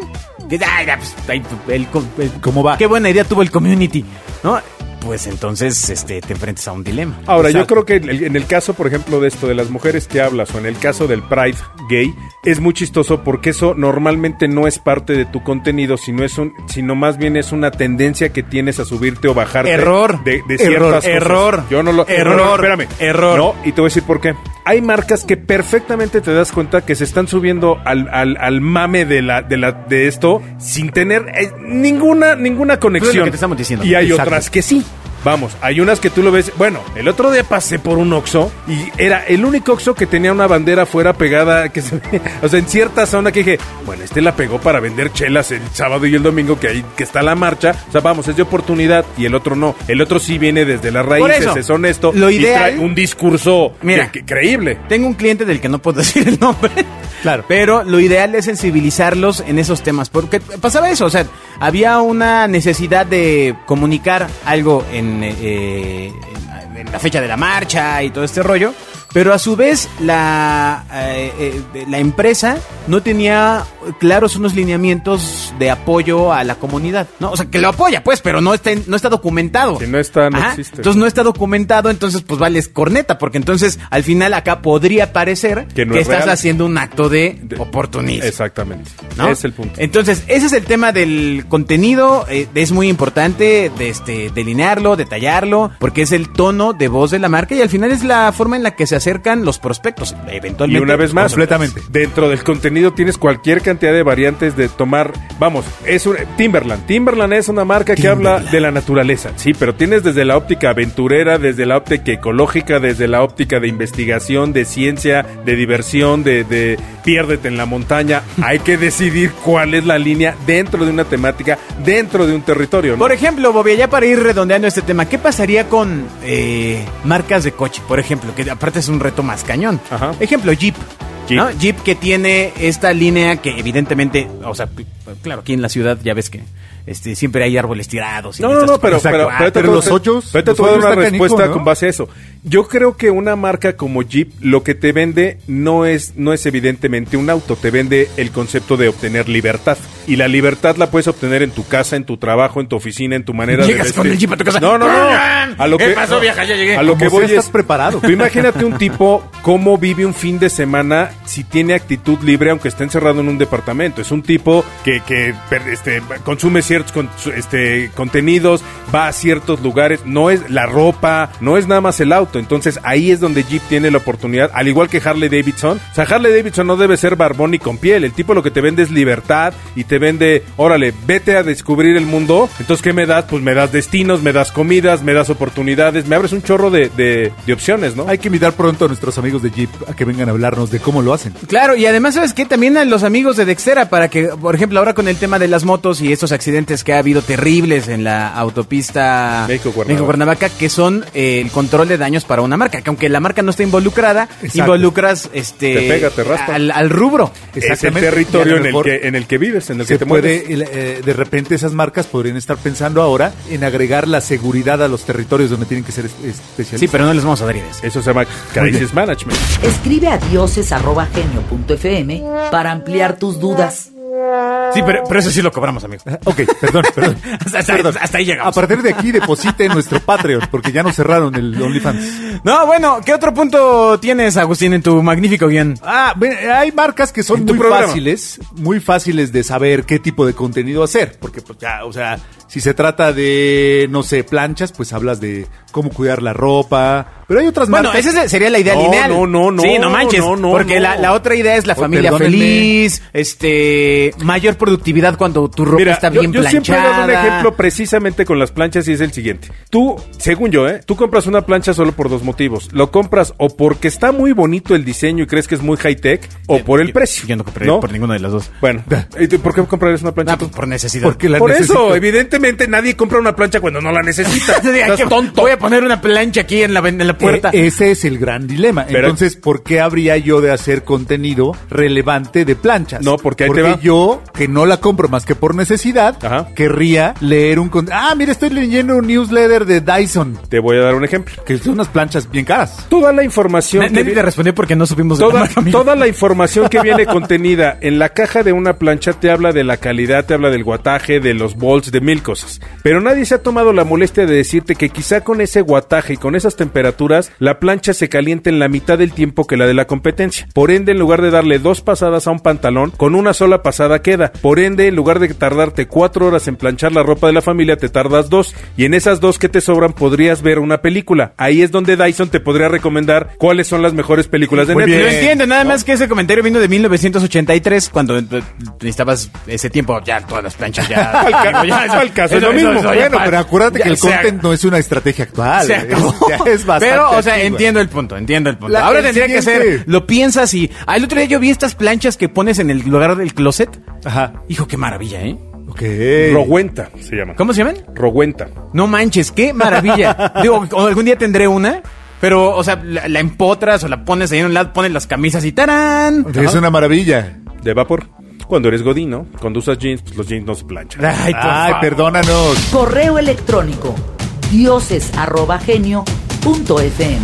Speaker 2: dices, "Ay, ya, pues, ahí, el co- el-
Speaker 3: ¿Cómo va?
Speaker 2: Qué buena idea tuvo el community, ¿no? Pues entonces este, te enfrentas a un dilema.
Speaker 4: Ahora,
Speaker 3: Exacto.
Speaker 4: yo creo que en el- en el caso, por ejemplo, de esto de las mujeres que hablas o en el caso del Pride gay, es muy chistoso porque eso normalmente no es parte de tu contenido, sino, es un, sino más bien es una tendencia que tienes a subirte o bajarte.
Speaker 2: Error.
Speaker 4: De, de
Speaker 2: Error.
Speaker 4: ciertas cosas.
Speaker 2: Error.
Speaker 4: Yo no lo...
Speaker 2: Error.
Speaker 4: no, no, espérame.
Speaker 2: Error.
Speaker 4: No, y te voy a decir por qué. Hay marcas que perfectamente te das cuenta que se están subiendo al, al, al mame de, la, de, la, de esto sin tener eh, ninguna, ninguna conexión.
Speaker 2: Pues que te estamos diciendo.
Speaker 4: Y hay
Speaker 2: Exacto.
Speaker 4: otras que sí. Vamos, hay unas que tú lo ves. Bueno, el otro día pasé por un Oxxo y era el único Oxxo que tenía una bandera fuera pegada, que se ve- o sea, en cierta zona que dije, bueno, este la pegó para vender chelas el sábado y el domingo que ahí que está la marcha. O sea, vamos, es de oportunidad y el otro no. El otro sí viene desde las raíces,
Speaker 2: eso,
Speaker 4: es honesto
Speaker 2: lo
Speaker 4: y
Speaker 2: ideal-
Speaker 4: trae un discurso
Speaker 2: Mira.
Speaker 4: que- que- creíble.
Speaker 2: Tengo un cliente del que no puedo decir el nombre.
Speaker 3: Claro.
Speaker 2: Pero lo ideal es sensibilizarlos en esos temas. Porque pasaba eso, o sea, había una necesidad de comunicar algo en, eh, en- en la fecha de la marcha y todo este rollo. Pero a su vez, la, eh, eh, la empresa no tenía claros unos lineamientos de apoyo a la comunidad. ¿no? O sea, que lo apoya, pues, pero no está, en- no está documentado.
Speaker 4: Si no está, no
Speaker 2: Ajá.
Speaker 4: existe.
Speaker 2: Entonces, no está documentado, entonces pues vales corneta, porque entonces al final acá podría parecer que,
Speaker 4: Que no es
Speaker 2: estás
Speaker 4: real.
Speaker 2: haciendo un acto de,
Speaker 4: De-
Speaker 2: oportunismo.
Speaker 4: Exactamente.
Speaker 2: ¿no?
Speaker 4: Es el punto.
Speaker 2: Entonces, ese es el tema del contenido. eh, es muy importante de este, delinearlo, detallarlo, porque es el tono de voz de la marca y al final es la forma en la que se acercan los prospectos.
Speaker 4: Y
Speaker 2: Eventualmente.
Speaker 4: una vez más,
Speaker 3: Completamente.
Speaker 4: dentro del contenido tienes cualquier cantidad de variantes de tomar. Vamos, es un, Timberland. Timberland es una marca que habla de la naturaleza. Sí, pero tienes desde la óptica aventurera, desde la óptica ecológica, desde la óptica de investigación, de ciencia, de diversión, de, de piérdete en la montaña. Hay que decidir cuál es la línea dentro de una temática, dentro de un territorio. ¿no?
Speaker 2: Por ejemplo, Bobby, ya para ir redondeando este tema, ¿qué pasaría con eh, marcas de coche, por ejemplo? Que aparte es un reto más cañón.
Speaker 4: Ajá.
Speaker 2: Ejemplo, Jeep.
Speaker 4: Jeep.
Speaker 2: ¿no? Jeep que tiene esta línea que evidentemente, o sea, p- claro, aquí en la ciudad ya ves que este, siempre hay árboles tirados. y
Speaker 4: No, no,
Speaker 2: estas
Speaker 4: no, pero,
Speaker 2: cosas.
Speaker 4: pero,
Speaker 2: Ah,
Speaker 4: pero te
Speaker 3: pero
Speaker 4: puedo-
Speaker 3: los hoyos-
Speaker 4: pero te
Speaker 3: los
Speaker 4: puedo dar
Speaker 3: hoyos
Speaker 4: una
Speaker 3: está canijo,
Speaker 4: respuesta
Speaker 3: ¿no?
Speaker 4: con base a eso. Yo creo que una marca como Jeep lo que te vende no es, no es evidentemente un auto, te vende el concepto de obtener libertad. Y la libertad la puedes obtener en tu casa, en tu trabajo, en tu oficina, en tu manera de
Speaker 2: Llegas
Speaker 4: vestir.
Speaker 2: con el Jeep a tu casa.
Speaker 4: No, no,
Speaker 2: ¡Oigan!
Speaker 4: no. A lo
Speaker 2: ¿Qué
Speaker 4: que,
Speaker 2: pasó, vieja? Ya llegué.
Speaker 4: A lo
Speaker 3: Como
Speaker 4: que
Speaker 3: si
Speaker 4: voy
Speaker 3: estás
Speaker 4: es-
Speaker 3: preparado.
Speaker 4: Tú imagínate un tipo cómo vive un fin de semana si tiene actitud libre aunque esté encerrado en un departamento. Es un tipo que, que, per- este, consume ciertos con- este, contenidos, va a ciertos lugares, no es la ropa, no es nada más el auto. Entonces ahí es donde Jeep tiene la oportunidad, al igual que Harley Davidson. O sea, Harley Davidson no debe ser barbón ni con piel. El tipo lo que te vende es libertad y te vende, órale, vete a descubrir el mundo. Entonces, ¿qué me das? Pues me das destinos, me das comidas, me das oportunidades, me abres un chorro de, de- de opciones, ¿no?
Speaker 3: Hay que invitar pronto a nuestros amigos de Jeep a que vengan a hablarnos de cómo lo hacen.
Speaker 2: Claro, y además, ¿sabes qué? También a los amigos de Dextera, para que, por ejemplo, ahora con el tema de las motos y estos accidentes que ha habido terribles en la autopista
Speaker 4: México-Cuernavaca.
Speaker 2: México-Cuernavaca, que son eh, el control de daños para una marca, que aunque la marca no esté involucrada,
Speaker 3: Exacto.
Speaker 2: involucras este,
Speaker 4: Te pega, te raspa.
Speaker 2: Al, al rubro.
Speaker 4: Es el
Speaker 3: Exactamente. Y
Speaker 4: territorio
Speaker 3: a lo
Speaker 4: en el,
Speaker 3: mejor
Speaker 4: que, en el que vives, en el que
Speaker 3: Se
Speaker 4: te
Speaker 3: puede,
Speaker 4: mueves.
Speaker 3: el, eh, de repente esas marcas podrían estar pensando ahora en agregar la seguridad a los territorios donde tienen que ser es- especialistas.
Speaker 2: Sí, pero no les vamos a dar ideas.
Speaker 4: Eso se llama crisis management.
Speaker 1: Escribe a dioses.genio.fm para ampliar tus dudas.
Speaker 2: Sí, pero, pero eso sí lo cobramos, amigos.
Speaker 3: Ok, perdón, perdón.
Speaker 2: Hasta- hasta-
Speaker 3: Perdón.
Speaker 2: hasta ahí llegamos.
Speaker 3: A partir de aquí deposite en nuestro Patreon, porque ya nos cerraron el OnlyFans.
Speaker 2: No, bueno, ¿qué otro punto tienes, Agustín, en tu magnífico guión?
Speaker 3: Ah, bueno, hay marcas que son
Speaker 4: En tu
Speaker 3: muy
Speaker 4: programa.
Speaker 3: fáciles, muy fáciles de saber qué tipo de contenido hacer, porque pues ya, o sea, si se trata de, no sé, planchas, pues hablas de cómo cuidar la ropa, pero hay otras
Speaker 2: Bueno,
Speaker 3: marcas.
Speaker 2: esa se- sería la idea
Speaker 4: No,
Speaker 2: lineal.
Speaker 4: no, no, no,
Speaker 2: Sí, no manches.
Speaker 4: no, no,
Speaker 2: porque
Speaker 4: no.
Speaker 2: La, la otra idea es la
Speaker 3: Oh,
Speaker 2: familia
Speaker 3: perdónenme.
Speaker 2: feliz, este, mayor productividad cuando tu ropa
Speaker 4: Mira,
Speaker 2: está
Speaker 4: yo-
Speaker 2: bien
Speaker 4: yo, siempre he
Speaker 2: planchada.
Speaker 4: dado un ejemplo precisamente con las planchas y es el siguiente. Tú, según yo, ¿eh? tú compras una plancha solo por dos motivos. Lo compras o porque está muy bonito el diseño y crees que es muy high-tech o por el
Speaker 2: Yo-
Speaker 4: precio.
Speaker 2: Yo no compré por ninguna de las dos.
Speaker 4: Bueno, ¿y tú por qué comprarías una plancha?
Speaker 2: Ah, pues por necesidad.
Speaker 3: Porque la
Speaker 4: por
Speaker 3: necesito.
Speaker 4: eso, evidentemente nadie compra una plancha cuando no la necesita. Estás tonto.
Speaker 2: Voy a poner una plancha aquí en la, ven- en la puerta.
Speaker 3: Eh, ese es el gran dilema.
Speaker 4: Pero-
Speaker 3: Entonces, ¿por qué habría yo de hacer contenido relevante de planchas?
Speaker 4: No, porque ahí te va.
Speaker 3: yo, que no la compro más que por necesidad,
Speaker 4: Ajá.
Speaker 3: querría leer un... con- Ah, mira, estoy leyendo un newsletter de Dyson,
Speaker 4: Te voy a dar un ejemplo.
Speaker 3: que son unas planchas bien caras.
Speaker 4: Toda la información...
Speaker 2: Na-
Speaker 4: que
Speaker 2: Nadie
Speaker 4: vi-
Speaker 2: te respondió porque no supimos de la
Speaker 4: Toda,
Speaker 2: marca, amigo.
Speaker 4: toda la información que viene contenida en la caja de una plancha te habla de la calidad, te habla del guataje, de los volts, de mil cosas. Pero nadie se ha tomado la molestia de decirte que quizá con ese guataje y con esas temperaturas, la plancha se calienta en la mitad del tiempo que la de la competencia. Por ende, en lugar de darle dos pasadas a un pantalón, con una sola pasada queda. Por ende, en lugar de tardarte cuatro horas en planchar la ropa de la familia, te tardas dos. Y en esas dos que te sobran podrías ver una película. Ahí es donde Dyson te podría recomendar cuáles son las mejores películas de
Speaker 3: Muy
Speaker 4: Netflix.
Speaker 2: Lo
Speaker 3: bien.
Speaker 2: entiendo, nada más que ese comentario vino de 1983, cuando eh, necesitabas ese tiempo, ya todas las planchas Ah, ya.
Speaker 4: Al ca- al caso, es lo mismo.
Speaker 2: ya
Speaker 3: bueno,
Speaker 2: pa-
Speaker 3: pero acuérdate
Speaker 2: ya
Speaker 3: que el
Speaker 2: se
Speaker 3: content no es una estrategia actual.
Speaker 2: se
Speaker 3: es-
Speaker 2: acabó.
Speaker 3: Ah, ya es bastante
Speaker 2: Pero, o sea,
Speaker 3: antigua.
Speaker 2: entiendo el punto, entiendo el punto.
Speaker 3: La-
Speaker 2: Ahora
Speaker 3: el
Speaker 2: tendría que
Speaker 3: siguiente.
Speaker 2: ser, lo piensas y. Ah, el otro día yo vi estas planchas que pones en el lugar del closet.
Speaker 3: Ajá.
Speaker 2: Hijo, qué maravilla, ¿eh?
Speaker 3: Ok.
Speaker 4: Rogüenta se llama.
Speaker 2: ¿Cómo se llaman?
Speaker 4: Rogüenta.
Speaker 2: No manches, qué maravilla. Digo, o algún día tendré una, pero, o sea, la, la empotras o la pones ahí en un lado, pones las camisas y ¡tarán!
Speaker 3: Es una maravilla.
Speaker 4: De vapor. Cuando eres godino, cuando usas jeans, pues los jeans no se planchan.
Speaker 2: Ay, por
Speaker 3: Ay,
Speaker 2: favor.
Speaker 3: perdónanos.
Speaker 1: Correo electrónico dioses.genio.fm.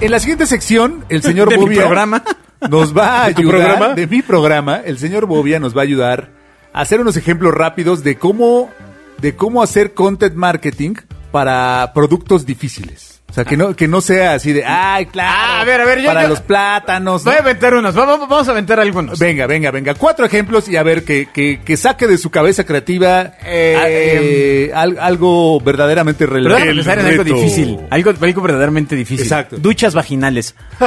Speaker 3: En la siguiente sección, el señor
Speaker 2: De mi
Speaker 3: Bobia
Speaker 2: programa.
Speaker 3: nos va a
Speaker 4: ¿De tu
Speaker 3: ayudar.
Speaker 4: programa?
Speaker 3: De mi programa, el señor Bobia nos va a ayudar a hacer unos ejemplos rápidos de cómo, de cómo hacer content marketing para productos difíciles. O sea, que no, que no sea así de, ay, claro.
Speaker 2: Ah, a ver, a ver, yo-
Speaker 3: Para
Speaker 2: yo-
Speaker 3: los plátanos.
Speaker 2: Voy a
Speaker 3: ¿no?
Speaker 2: aventar unos, va- va- vamos, a aventar algunos.
Speaker 3: Venga, venga, venga. Cuatro ejemplos y a ver que, que, que saque de su cabeza creativa
Speaker 2: Eh,
Speaker 3: a- eh, al- algo verdaderamente
Speaker 2: Pero vamos a
Speaker 3: relevante.
Speaker 2: empezar en algo
Speaker 4: reto.
Speaker 2: difícil, algo, algo verdaderamente difícil.
Speaker 3: Exacto.
Speaker 2: Duchas vaginales.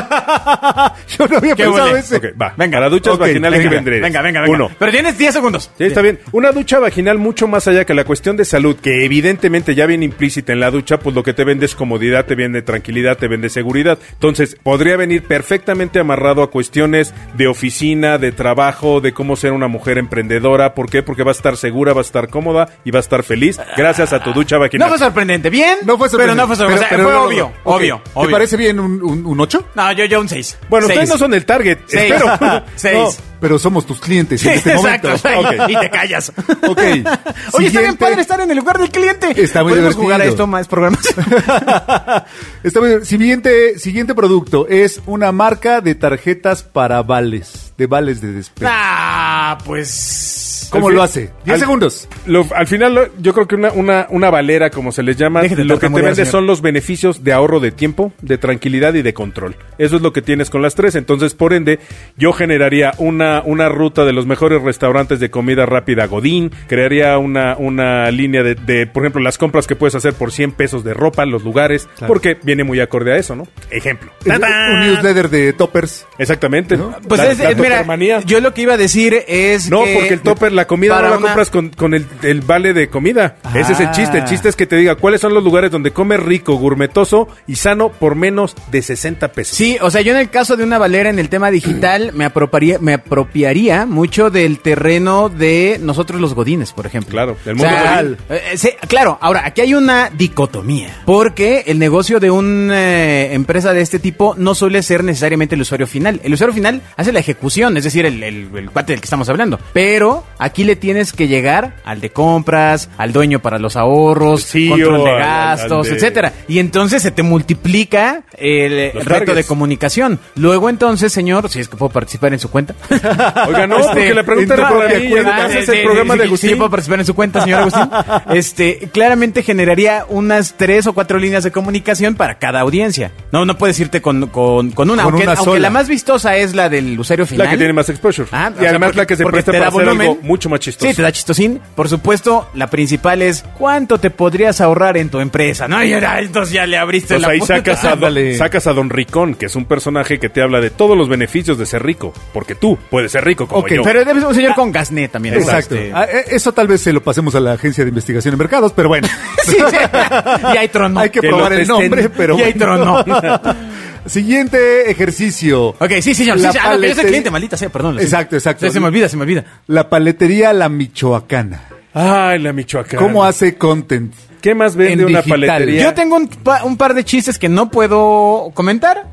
Speaker 3: Yo no había
Speaker 2: Qué
Speaker 3: pensado
Speaker 2: huele.
Speaker 3: ese.
Speaker 4: Ok, va. Venga, las duchas
Speaker 3: Ok,
Speaker 4: vaginales
Speaker 2: venga,
Speaker 4: que vendré.
Speaker 2: venga, venga, venga.
Speaker 4: Uno.
Speaker 2: Pero tienes 10 segundos.
Speaker 4: Sí, está bien. Una ducha vaginal mucho más allá que la cuestión de salud, que evidentemente ya viene implícita en la ducha, pues lo que te vende es comodidad, te vende tranquilidad, te vende seguridad. Entonces, podría venir perfectamente amarrado a cuestiones de oficina, de trabajo, de cómo ser una mujer emprendedora. ¿Por qué? Porque va a estar segura, va a estar cómoda y va a estar feliz gracias a tu ducha vaginal.
Speaker 2: No fue sorprendente, bien.
Speaker 3: No fue sorprendente.
Speaker 2: Pero no fue sorprendente.
Speaker 3: Pero-
Speaker 2: o sea,
Speaker 3: pero-
Speaker 2: fue obvio,
Speaker 3: ok.
Speaker 2: obvio, obvio.
Speaker 3: ¿Te parece bien un, un, 8?
Speaker 2: No, yo, yo un 6.
Speaker 4: Bueno, ustedes no son el target,
Speaker 2: Seis.
Speaker 4: espero.
Speaker 2: Seis.
Speaker 4: No,
Speaker 3: Pero somos tus clientes en este
Speaker 2: Exacto,
Speaker 3: momento.
Speaker 2: exacto.
Speaker 4: Ok.
Speaker 2: y te callas.
Speaker 3: Ok.
Speaker 2: Oye, está bien
Speaker 3: Siguiente.
Speaker 2: padre estar en el lugar del cliente.
Speaker 3: Está muy
Speaker 2: Podemos jugar a
Speaker 3: divertido.
Speaker 2: esto más programas.
Speaker 3: Está bien. Siguiente, siguiente producto es una marca de tarjetas para vales, de vales de despensa.
Speaker 2: ah, pues.
Speaker 3: ¿Cómo
Speaker 4: Al
Speaker 3: lo
Speaker 4: fin-
Speaker 3: hace? 10
Speaker 4: al-
Speaker 3: segundos.
Speaker 4: Lo- al final, lo- yo creo que una, una, una valera, como se les llama,
Speaker 2: Deje de
Speaker 4: lo que te
Speaker 2: tartamudear,
Speaker 4: vende
Speaker 2: señor.
Speaker 4: son los beneficios de ahorro de tiempo, de tranquilidad y de control. Eso es lo que tienes con las tres. Entonces, por ende, yo generaría una, una ruta de los mejores restaurantes de comida rápida Godín, crearía una, una línea de, de, por ejemplo, las compras que puedes hacer por 100 pesos de ropa, los lugares,
Speaker 3: Claro.
Speaker 4: porque viene muy acorde a eso, ¿no? Ejemplo.
Speaker 3: Un newsletter de toppers.
Speaker 4: Exactamente.
Speaker 3: ¿No?
Speaker 2: Pues
Speaker 4: La-
Speaker 2: es,
Speaker 4: la
Speaker 2: mira,
Speaker 4: topermanía.
Speaker 2: yo lo que iba a decir es
Speaker 4: No,
Speaker 2: que-
Speaker 4: porque el topper, la la comida
Speaker 2: Para
Speaker 4: no la
Speaker 2: una-
Speaker 4: compras con, con el, el vale de comida.
Speaker 2: Ah.
Speaker 4: Ese es el chiste. El chiste es que te diga cuáles son los lugares donde come rico, gourmetoso y sano por menos de 60 pesos.
Speaker 2: Sí, o sea, yo en el caso de una valera en el tema digital me apropiaría, me apropiaría mucho del terreno de nosotros los godines, por ejemplo.
Speaker 4: Claro, del mundo godín.
Speaker 2: eh, eh, sí, claro, ahora aquí hay una dicotomía, porque el negocio de una eh, empresa de este tipo no suele ser necesariamente el usuario final. El usuario final hace la ejecución, es decir, el, el, el cuate del que estamos hablando. Pero aquí le tienes que llegar al de compras, al dueño para los ahorros,
Speaker 4: Sí,
Speaker 2: control
Speaker 4: o al-
Speaker 2: de
Speaker 4: al- al
Speaker 2: gastos,
Speaker 4: de-
Speaker 2: etcétera. Y entonces se te multiplica el eh,
Speaker 4: Los
Speaker 2: reto de
Speaker 4: targets.
Speaker 2: comunicación. Luego entonces, señor, si es que puedo participar en su cuenta. Este,
Speaker 4: Oiga, no, porque la pregunta
Speaker 3: en tu
Speaker 4: era para
Speaker 3: propia
Speaker 4: mí.
Speaker 3: cuenta.
Speaker 4: además
Speaker 2: Ah,
Speaker 4: es
Speaker 2: de-
Speaker 4: el
Speaker 2: de-
Speaker 4: programa
Speaker 2: sí,
Speaker 4: de
Speaker 2: sí,
Speaker 4: Agustín.
Speaker 2: sí, puedo participar en su cuenta, señor Agustín. Este, claramente generaría unas tres o cuatro líneas de comunicación para cada audiencia. No, no puedes irte con, con, con una,
Speaker 3: Con
Speaker 2: aunque,
Speaker 3: una
Speaker 2: aunque
Speaker 3: sola.
Speaker 2: la más vistosa es la del usuario final.
Speaker 4: La que tiene más exposure.
Speaker 2: Ah, o
Speaker 4: y
Speaker 2: sea,
Speaker 4: además
Speaker 2: porque-
Speaker 4: la que se
Speaker 2: porque
Speaker 4: presta
Speaker 2: te
Speaker 4: para
Speaker 2: da
Speaker 4: hacer
Speaker 2: volumen.
Speaker 4: algo mucho más chistoso.
Speaker 2: Sí, te da chistosín. Por supuesto, la principal es cuánto te podrías ahorrar en tu empresa, ¿no? Y ahora, entonces ya le abriste la
Speaker 4: Entonces Pues ahí
Speaker 2: puerta.
Speaker 4: sacas a, don,
Speaker 3: Ándale.
Speaker 4: sacas a Don Ricón, que es un personaje que te habla de todos los beneficios de ser rico. Porque tú puedes ser rico como
Speaker 3: Ok,
Speaker 4: yo. Ah,
Speaker 2: Pero debe ser un señor con gasné también. ¿no?
Speaker 3: Exacto.
Speaker 2: Este-
Speaker 3: Ah, eh, Eso tal vez se lo pasemos a la agencia de investigación de mercados, pero bueno.
Speaker 2: Sí, sí. Y ahí tronó.
Speaker 3: Hay que,
Speaker 4: Que lo
Speaker 3: probar el
Speaker 4: testen.
Speaker 3: nombre, pero
Speaker 2: Y ahí
Speaker 3: bueno.
Speaker 2: tronó.
Speaker 3: Siguiente ejercicio.
Speaker 2: Ok, sí, señor. Sí,
Speaker 3: La
Speaker 2: sí. Ah, no, que yo soy
Speaker 3: paletería-
Speaker 2: cliente, maldita sea, perdón. lo siento.
Speaker 3: Exacto, exacto.
Speaker 2: Sí, Se me olvida, se me olvida.
Speaker 3: La paletería La Michoacana.
Speaker 4: Ay, la Michoacán.
Speaker 3: ¿Cómo hace content?
Speaker 4: ¿Qué más
Speaker 3: en
Speaker 4: vende una
Speaker 3: digital?
Speaker 4: paletería?
Speaker 2: Yo tengo un, pa- un par de chistes que no puedo comentar,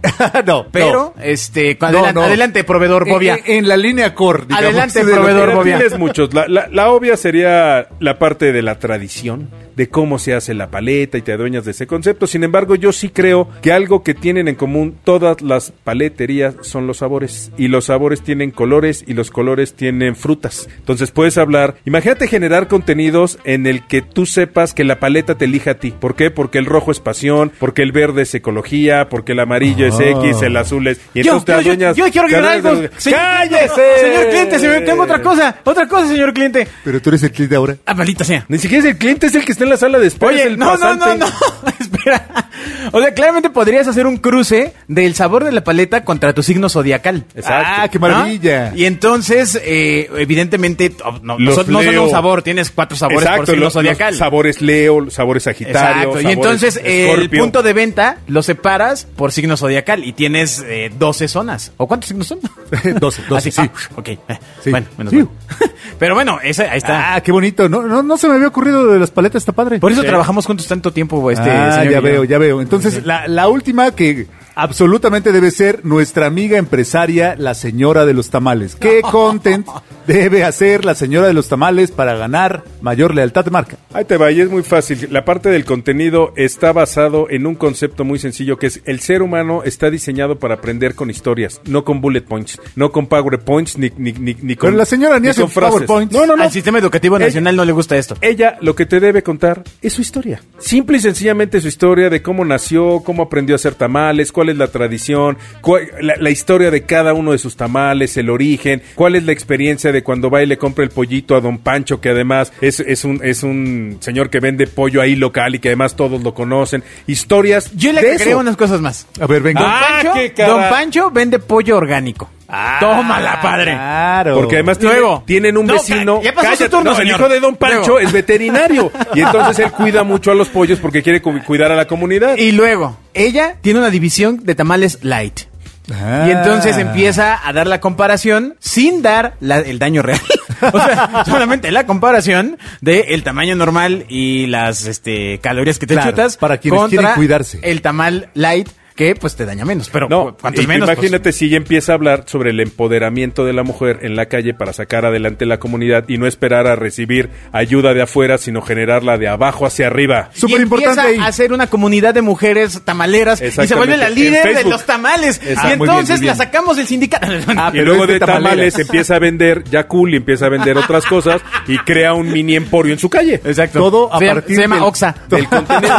Speaker 3: no,
Speaker 2: pero, este,
Speaker 3: no,
Speaker 2: adelan-
Speaker 3: no.
Speaker 2: adelante, proveedor
Speaker 4: Eh,
Speaker 3: En-
Speaker 2: Bobia.
Speaker 3: En, en la línea core, digamos.
Speaker 2: Adelante,
Speaker 3: de lo que-
Speaker 2: proveedor
Speaker 4: Mira,
Speaker 2: Bobia.
Speaker 4: tienes muchos. La, la- la obvia sería la parte de la tradición, de cómo se hace la paleta y te adueñas de ese concepto. Sin embargo, yo sí creo que algo que tienen en común todas las paleterías son los sabores. Y los sabores tienen colores y los colores tienen frutas. Entonces puedes hablar. Imagínate generar contenidos en el que tú sepas que la paleta te elija a ti. ¿Por qué? Porque el rojo es pasión, porque el verde es ecología, porque el amarillo es X, el azul es. Y
Speaker 2: Yo,
Speaker 4: entonces te
Speaker 2: yo, yo-
Speaker 4: adueñas-
Speaker 2: yo quiero
Speaker 4: te
Speaker 2: ganar
Speaker 4: adueñas
Speaker 2: algo.
Speaker 4: de-
Speaker 2: Señor-
Speaker 4: ¡Cállese!
Speaker 2: Señor cliente, se me- tengo otra cosa, otra cosa, señor cliente.
Speaker 3: Pero tú eres el cliente ahora.
Speaker 2: Ah, maldita sea.
Speaker 4: Ni siquiera es el cliente, es el que está en la sala de espera. es
Speaker 2: Oye,
Speaker 4: el
Speaker 2: no, no, no,
Speaker 4: pasante.
Speaker 2: no, espera. O sea, claramente podrías hacer un cruce del sabor de la paleta contra tu signo zodiacal.
Speaker 4: Exacto.
Speaker 3: Ah, qué maravilla.
Speaker 2: ¿No? Y entonces, eh, evidentemente, oh, no, no
Speaker 4: Los
Speaker 2: son- no son
Speaker 4: leo.
Speaker 2: un sabor, tienes cuatro sabores por
Speaker 4: Exacto,
Speaker 2: signo
Speaker 4: los, los
Speaker 2: zodiacal.
Speaker 4: sabores Leo, los sabores Sagitario.
Speaker 2: Exacto. Y
Speaker 4: sabores
Speaker 2: entonces eh, el
Speaker 4: Escorpio.
Speaker 2: punto de venta lo separas por signo zodiacal y tienes eh, 12 zonas. ¿O cuántos signos son?
Speaker 3: 12, 12,
Speaker 2: Así,
Speaker 3: sí.
Speaker 2: ah, ok. Eh,
Speaker 3: Sí.
Speaker 2: Bueno, menos
Speaker 3: Sí.
Speaker 2: mal. Pero bueno, esa- ahí está.
Speaker 3: Ah, qué bonito. No, no, no se me había ocurrido de las paletas, está padre.
Speaker 2: por eso trabajamos juntos tanto tiempo, este
Speaker 3: ah,
Speaker 2: señor
Speaker 3: ya
Speaker 2: y yo.
Speaker 3: veo, ya veo. Entonces, la, la última que absolutamente debe ser nuestra amiga empresaria, la señora de los tamales. ¿Qué content debe hacer la señora de los tamales para ganar mayor lealtad de marca?
Speaker 4: Ahí te va, y es muy fácil. La parte del contenido está basado en un concepto muy sencillo que es el ser humano está diseñado para aprender con historias, no con bullet points, no con PowerPoints, ni, ni, ni, ni con.
Speaker 3: Pero la señora ni
Speaker 4: ni
Speaker 3: hace
Speaker 4: con frases.
Speaker 3: PowerPoints. Ah,
Speaker 4: No, no, no.
Speaker 2: Al sistema educativo
Speaker 3: Eh,
Speaker 4: Ella-
Speaker 2: nacional no le gusta esto.
Speaker 4: Ella lo que te debe contar es su historia. Simple y sencillamente su historia de cómo nació, cómo aprendió a hacer tamales, cuál es la tradición, cuál- la, la historia de cada uno de sus tamales, el origen, cuál es la experiencia de cuando va y le compra el pollito a don Pancho, que además es, es un, es un señor que vende pollo ahí local y que además todos lo conocen. Historias
Speaker 2: Yo le
Speaker 4: de
Speaker 2: agregué
Speaker 4: eso.
Speaker 2: unas cosas más.
Speaker 3: A ver, venga.
Speaker 2: Don,
Speaker 4: Ah,
Speaker 2: Pancho,
Speaker 4: qué cara-
Speaker 2: Don Pancho vende pollo orgánico. Tómala, padre.
Speaker 3: Ah, Claro.
Speaker 4: Porque además tiene-
Speaker 2: Luego.
Speaker 4: tienen un
Speaker 2: No,
Speaker 4: vecino.
Speaker 2: ya pasó su turno,
Speaker 4: el
Speaker 2: señor.
Speaker 4: hijo de Don Pancho
Speaker 2: Luego.
Speaker 4: es veterinario. Y entonces él cuida mucho a los pollos porque quiere cu- cuidar a la comunidad.
Speaker 2: Y luego, ella tiene una división de tamales light.
Speaker 3: Ah.
Speaker 2: Y entonces empieza a dar la comparación sin dar la- el daño real. o sea, solamente la comparación de el tamaño normal y las este, calorías que te
Speaker 3: Claro,
Speaker 2: chutas
Speaker 3: para quienes
Speaker 2: contra
Speaker 3: quieren cuidarse.
Speaker 2: el tamal light que pues te daña menos, pero
Speaker 4: No,
Speaker 2: no, cuantos
Speaker 4: y-
Speaker 2: menos pues,
Speaker 4: imagínate si ella empieza a hablar sobre el empoderamiento de la mujer en la calle para sacar adelante la comunidad y no esperar a recibir ayuda de afuera, sino generarla de abajo hacia arriba.
Speaker 2: Y
Speaker 3: Súper importante ahí.
Speaker 2: empieza a hacer una comunidad de mujeres tamaleras y se
Speaker 4: Exactamente.
Speaker 2: vuelve la
Speaker 4: En
Speaker 2: líder de
Speaker 4: Facebook.
Speaker 2: los tamales.
Speaker 4: Exacto.
Speaker 2: Y
Speaker 4: Ah,
Speaker 2: entonces
Speaker 4: muy
Speaker 3: bien, muy bien.
Speaker 2: la sacamos del sindicato.
Speaker 3: Ah,
Speaker 4: Y
Speaker 3: pero
Speaker 4: luego
Speaker 3: es de
Speaker 4: de tamales
Speaker 3: tamaleras.
Speaker 4: empieza a vender ya cool y empieza a vender otras cosas y crea un mini emporio en su calle.
Speaker 2: Exacto.
Speaker 3: Todo a
Speaker 2: se,
Speaker 3: partir
Speaker 2: se llama
Speaker 3: del-
Speaker 2: Oxa.
Speaker 4: Del contenido.